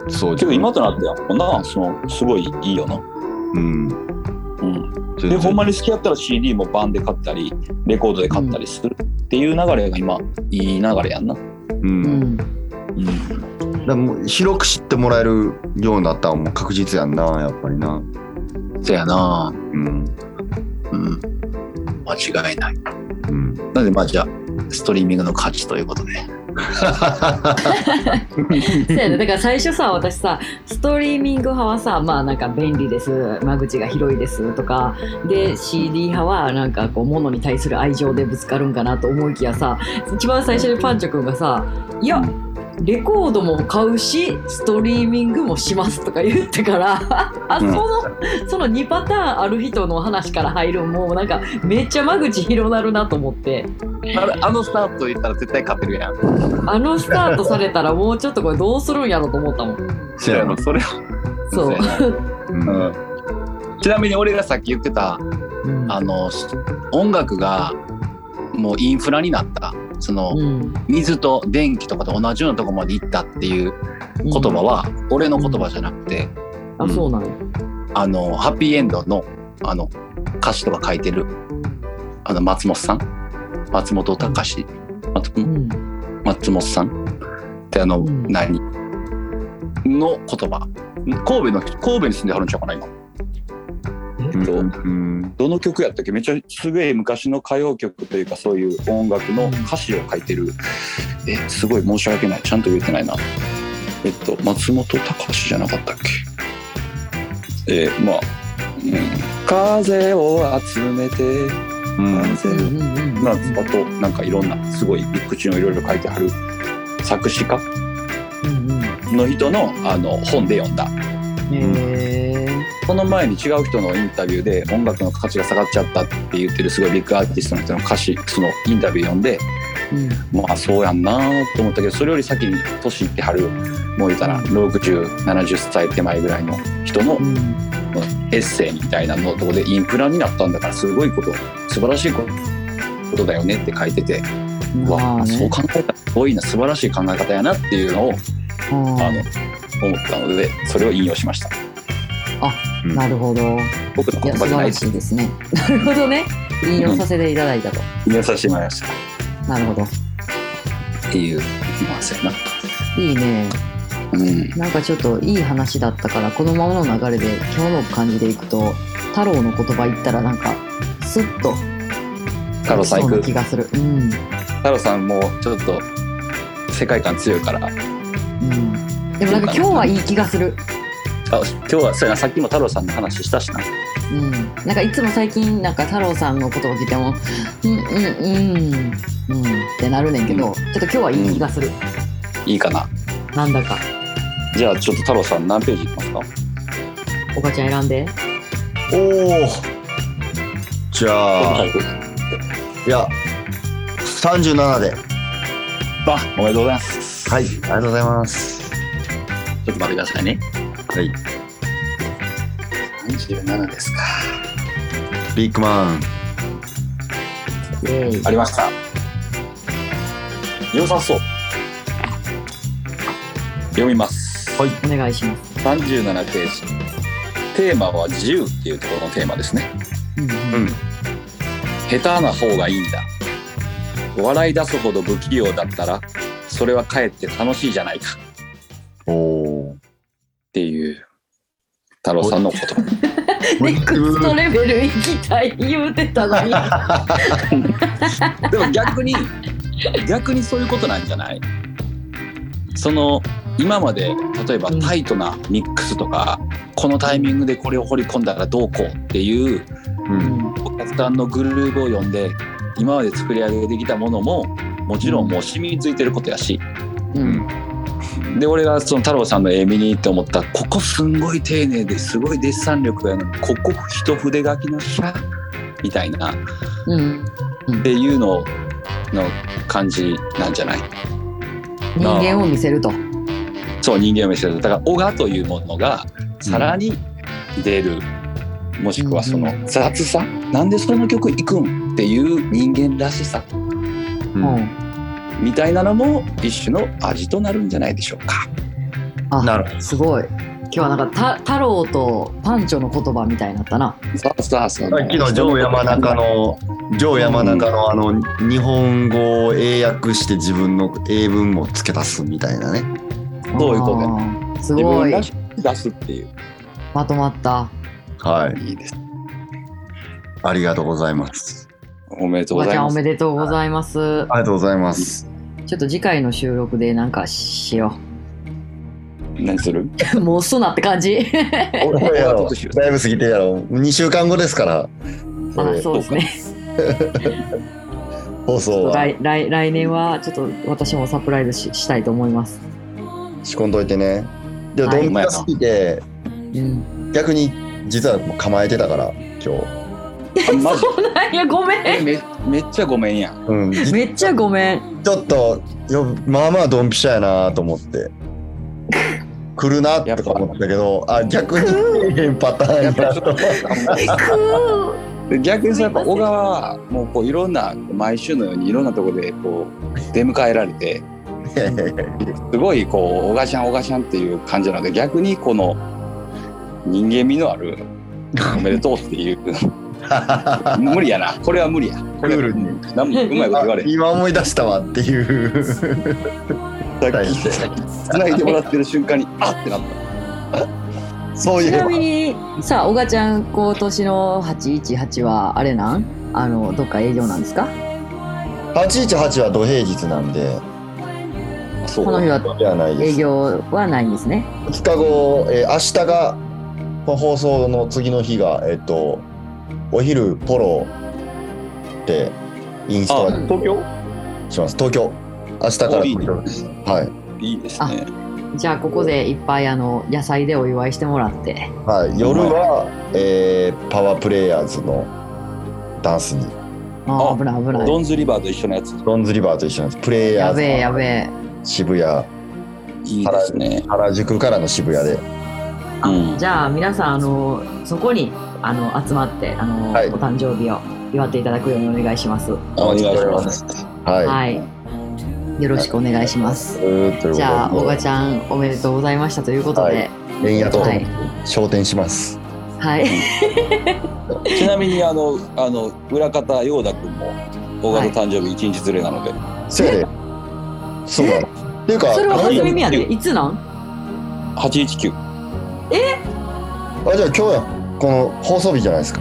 B: そう
D: けど今となってはもうなそのすごいいいよな、
B: うん
D: うん、
B: 全
D: で
B: 然
D: ほんまに好きやったら CD もバンで買ったりレコードで買ったりするっていう流れが今いい流れやんな、
B: う
C: うんん
B: だからもう広く知ってもらえるようになったらもう確実やんなやっぱりな
D: そやな
B: うん
D: うん間違いない
B: うん
D: なのでまあじゃあストリーミングの価値ということで
C: そうやね、だから最初さ私さストリーミング派はさまあなんか便利です間口が広いですとかで CD 派はなんかこう物に対する愛情でぶつかるんかなと思いきやさ一番最初にパンチョくんがさ「いやレコードも買うしストリーミングもします」とか言ってからあそ
D: うん
C: のその2パターンある人の話から入るんもうなんかめっちゃ間口広なるなと思って。
G: あれあのスタート言ったら絶対勝てるやん。
C: あのスタートされたらもうちょっとこれどうするんやろと思ったもん。
B: せやな
G: それ
C: そう。
B: うん
D: ちなみに俺がさっき言ってたあの音楽がもうインフラになったその
C: うん
D: 水と電気とかと同じようなとこまで行ったっていう言葉は俺の言葉じゃなくて
C: あそうなの
D: あのハッピーエンドのあの歌詞とか書いてるあの松本さん松本隆史松
C: うん
D: 松本さんってあの、
C: うん
D: 何の言葉神戸の神戸に住んではるんちゃうかな今
B: うん
D: どの曲やったっけめっちゃすげえ昔の歌謡曲というかそういう音楽の歌詞を書いてるえすごい申し訳ないちゃんと言えてないなえっと松本隆じゃなかったっけえーまあ、うん、風を集めて
B: うん
D: 風を
C: うんうんうん
D: まあ、あとなんかいろんなすごいビッグチューンをいろいろ書いてある作詞家
C: うんうん
D: の人のあの本で読んだ
C: へー
D: この前に違う人のインタビューで音楽の価値が下がっちゃったって言ってるすごいビッグアーティストの人の歌詞そのインタビュー読んで
C: うん
D: まあそうやんなと思ったけどそれより先に年いってはるもう言うたら6070歳手前ぐらいの人の
C: うん
D: エッセイみたいなのとこでインフラになったんだからすごいこと素晴らしいことだよねって書いてて、
C: ま
D: わ
C: あ
D: あ
C: ね
D: そう考えたらすごいな素晴らしい考え方やなっていうのを
C: うん
D: あの思ったのでそれを引用しました
C: なるほど
D: 僕の
C: い
D: 言
C: や
D: 葉
C: 素
D: じ
C: 晴
D: ゃない
C: ら
D: です
C: しいですねなるほどね引用させていただいたと
D: 引用させてもらいました
C: なるほど
D: っていうまあそうやない
C: いね
D: うん
C: なんかちょっといい話だったからこのままの流れで今日の感じでいくと太郎の言葉言ったらなんかスッと
D: 太郎さん
C: そ
D: 行
C: うな
D: く
C: 気がするうん
D: 太郎さんもちょっと世界観強いから
C: うんでもなんか今日はいい気がする
D: あ今日はそうやなさっきも太郎さんの話したしな
C: うんなんかいつも最近なんか太郎さんの言葉聞いてもうんうんうんうんってなるねんけど、
D: うん
C: ちょっと今日はいい気がする、
D: いいかな
C: なんだか
D: じゃあちょっと太郎さん何ページいきますか
C: おばちゃん選んで
B: おおじゃあいや37で
D: あおめでとうございます
B: はいありがとうございます
D: ちょっと待ってくださいね
B: はい
D: 37ですか
B: ビッグマン
C: イエーイ
D: ありました良さそう読みますはい
C: お願いします、
D: 37ページテーマは自由っていうところのテーマですね
C: うん
D: 下手な方がいいんだ笑い出すほど不器用だったらそれはかえって楽しいじゃないかっ
B: おお
D: ていう太郎さんの言葉
C: うん、ネクストレベル行きたい言うてたのに
D: *laughs* でも逆に逆にそういうことなんじゃないその今まで例えば
C: うん
D: タイトなミックスとか、このタイミングでこれを掘り込んだらどうこうっていう
C: うん
D: お客さんのグルーヴを読んで今まで作り上げてきたものももちろんもう染みついてることやし
C: うん
D: で俺がその太郎さんの絵見に行って思ったここすんごい丁寧ですごいデッサン力やのにここ一筆書きの下みたいなっ
C: うん
D: ていうのの感じなんじゃない *laughs*
C: 人間を見せると
D: そう人間を見せるだから「オガ」というものがさらに出る、もしくはその
C: う
D: 雑さなんでその曲行くんっていう人間らしさ
C: うん
D: みたいなのも一種の味となるんじゃないでしょうか。
C: あ
B: なるほ
C: すごい今日はなんかた太郎とパンチョの言葉みたいになったな
D: さあさあさあ
B: どさっきの上山中の上山中のあの日本語を英訳して自分の英文も付け足すみたいなね
D: そういうことね
C: あーす
D: 自
C: ご
D: 分
C: い
D: らしく出すっていう
C: まとまった
B: はい
D: いいです
B: ありがとうございます
D: おめでと
C: お
D: うご
C: ば
D: ざ
C: ち
D: い
C: ゃん
D: ま
C: お
D: す
C: めでとうございます
B: ありがとうございます
C: ちょっと次回の収録でなんかしよ
D: 何する
C: う *laughs* もうすなって感じ
B: *laughs* 俺
D: 俺は
B: は
D: ちょっと知ら
B: だいぶ過ぎてるやろ2週間後ですからそ
C: あ
B: れ
C: そうです
D: *laughs*
C: ね
B: 放送は
C: 来来来年はちょっと私もサプライズししたいと思います、
B: 仕込んどいてねでも
C: はい
B: ドンピシャすぎて
C: うん、
B: 逆に実はもう構えてたから今
D: あマジ
C: *laughs* いやごめ
D: え
C: ん
D: めめっちゃごめんやん
B: 日うんじ
C: めっちゃごめん
B: ちょっとよまあまあドンピシャやなと思って来るなとか思ったけどあ逆に来えへんパターンや
D: やっぱち
B: と
D: ょっ
C: *laughs*
D: と逆にそうやっぱ小川はもうこういろんな毎週のようにいろんなとこでこう出迎えられてすごいこう「小川ちゃん小川ちゃん」っていう感じなので逆にこの人間味のある「おめでとう」っていう無理やなこれは無理やこれは
B: クールに
D: 何もうまいこと言われへん
B: 今思い出したわっていう *laughs*
D: さっき繋いでもらってる瞬間にあってなっ
B: そうい
C: ち
B: う
C: なみにさあ小賀ちゃん今年の818はあれなんあのどっか営業なんですか
B: 818は土平日なんで
D: たそ
C: この
D: う
C: 日は
B: ではないで
C: 営
B: す
C: 業はないんですね
B: 2日後、えー明日がこの放送の次の日がえっ、とお昼ポロってインス
D: あ
B: タで
D: 東京
B: します東京明日から東京ですはい
D: いいです
C: あ
D: ね
C: じゃあここでいっぱいあの野菜でお祝いしてもらって
B: はい、夜は、えーパワープレイヤーズのダンスに
C: あー危ない危ない
D: ドンズリバーと一緒のやつ
B: ロンズリバーと一緒なんですプレイヤ
C: やべえ
B: ー
C: や
B: ズ
C: べえ
B: 渋谷
D: いいですね
B: 原宿からの渋谷で
C: あ
D: うん
C: じゃあ皆さんあのそこにあの集まってあの、
B: はい
C: お誕生日を *laughs* 祝っていただくようにお願いします。は、
D: お願いします
B: はいい、
C: よろしくお願いします。
B: うーということで
C: じゃあ小賀ちゃんおめでとうございましたということで、
B: 円やと
C: は
B: はい昇天します
C: はい、
D: ちなみにあのあの裏方陽太くんも大賀の誕生日一日ずれなので、
B: せやでそうだっていうか
C: *laughs* それは
B: あ
C: 初
B: じゃ
C: 耳やでいつなん？
D: 819
B: ああじゃあ今日やこの放送日じゃないですか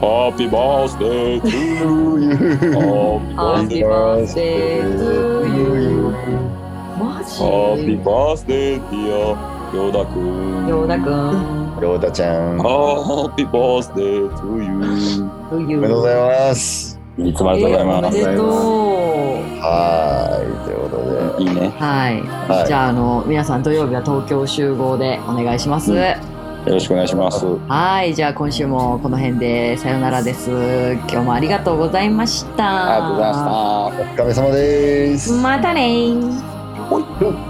D: ハッピーバースデートゥーユー *laughs* ハ
C: ハッ
D: ッピ
C: ピ
D: ー
C: ーバースデートゥーユー。マ
D: ハッピ
C: ジ
D: ー？バースデーディア陽太くん
C: ヨ田くん、
B: 亮太ちゃんお
D: ハッピーバースデートゥーユ
C: トゥーユー。
B: めでとうございます
D: ーいつもありがとうご
C: えーお
D: ざい
C: め
D: ます、
C: でと
B: はーいということで
D: いいね
C: う。はい。
B: はい
C: じゃああの皆さん土曜日は東京集合でお願いします。
D: うんよろしくお願いします
C: はい、じゃあ今週もこの辺でさよならです。今日もありがとうございました。
D: ありがとうございました
B: お疲れ様です
C: またねー。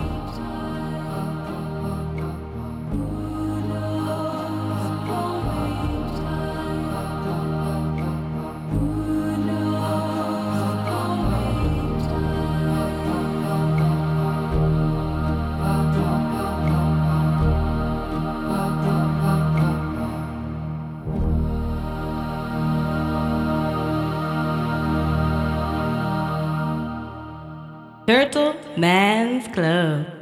A: Turtle Man's Club.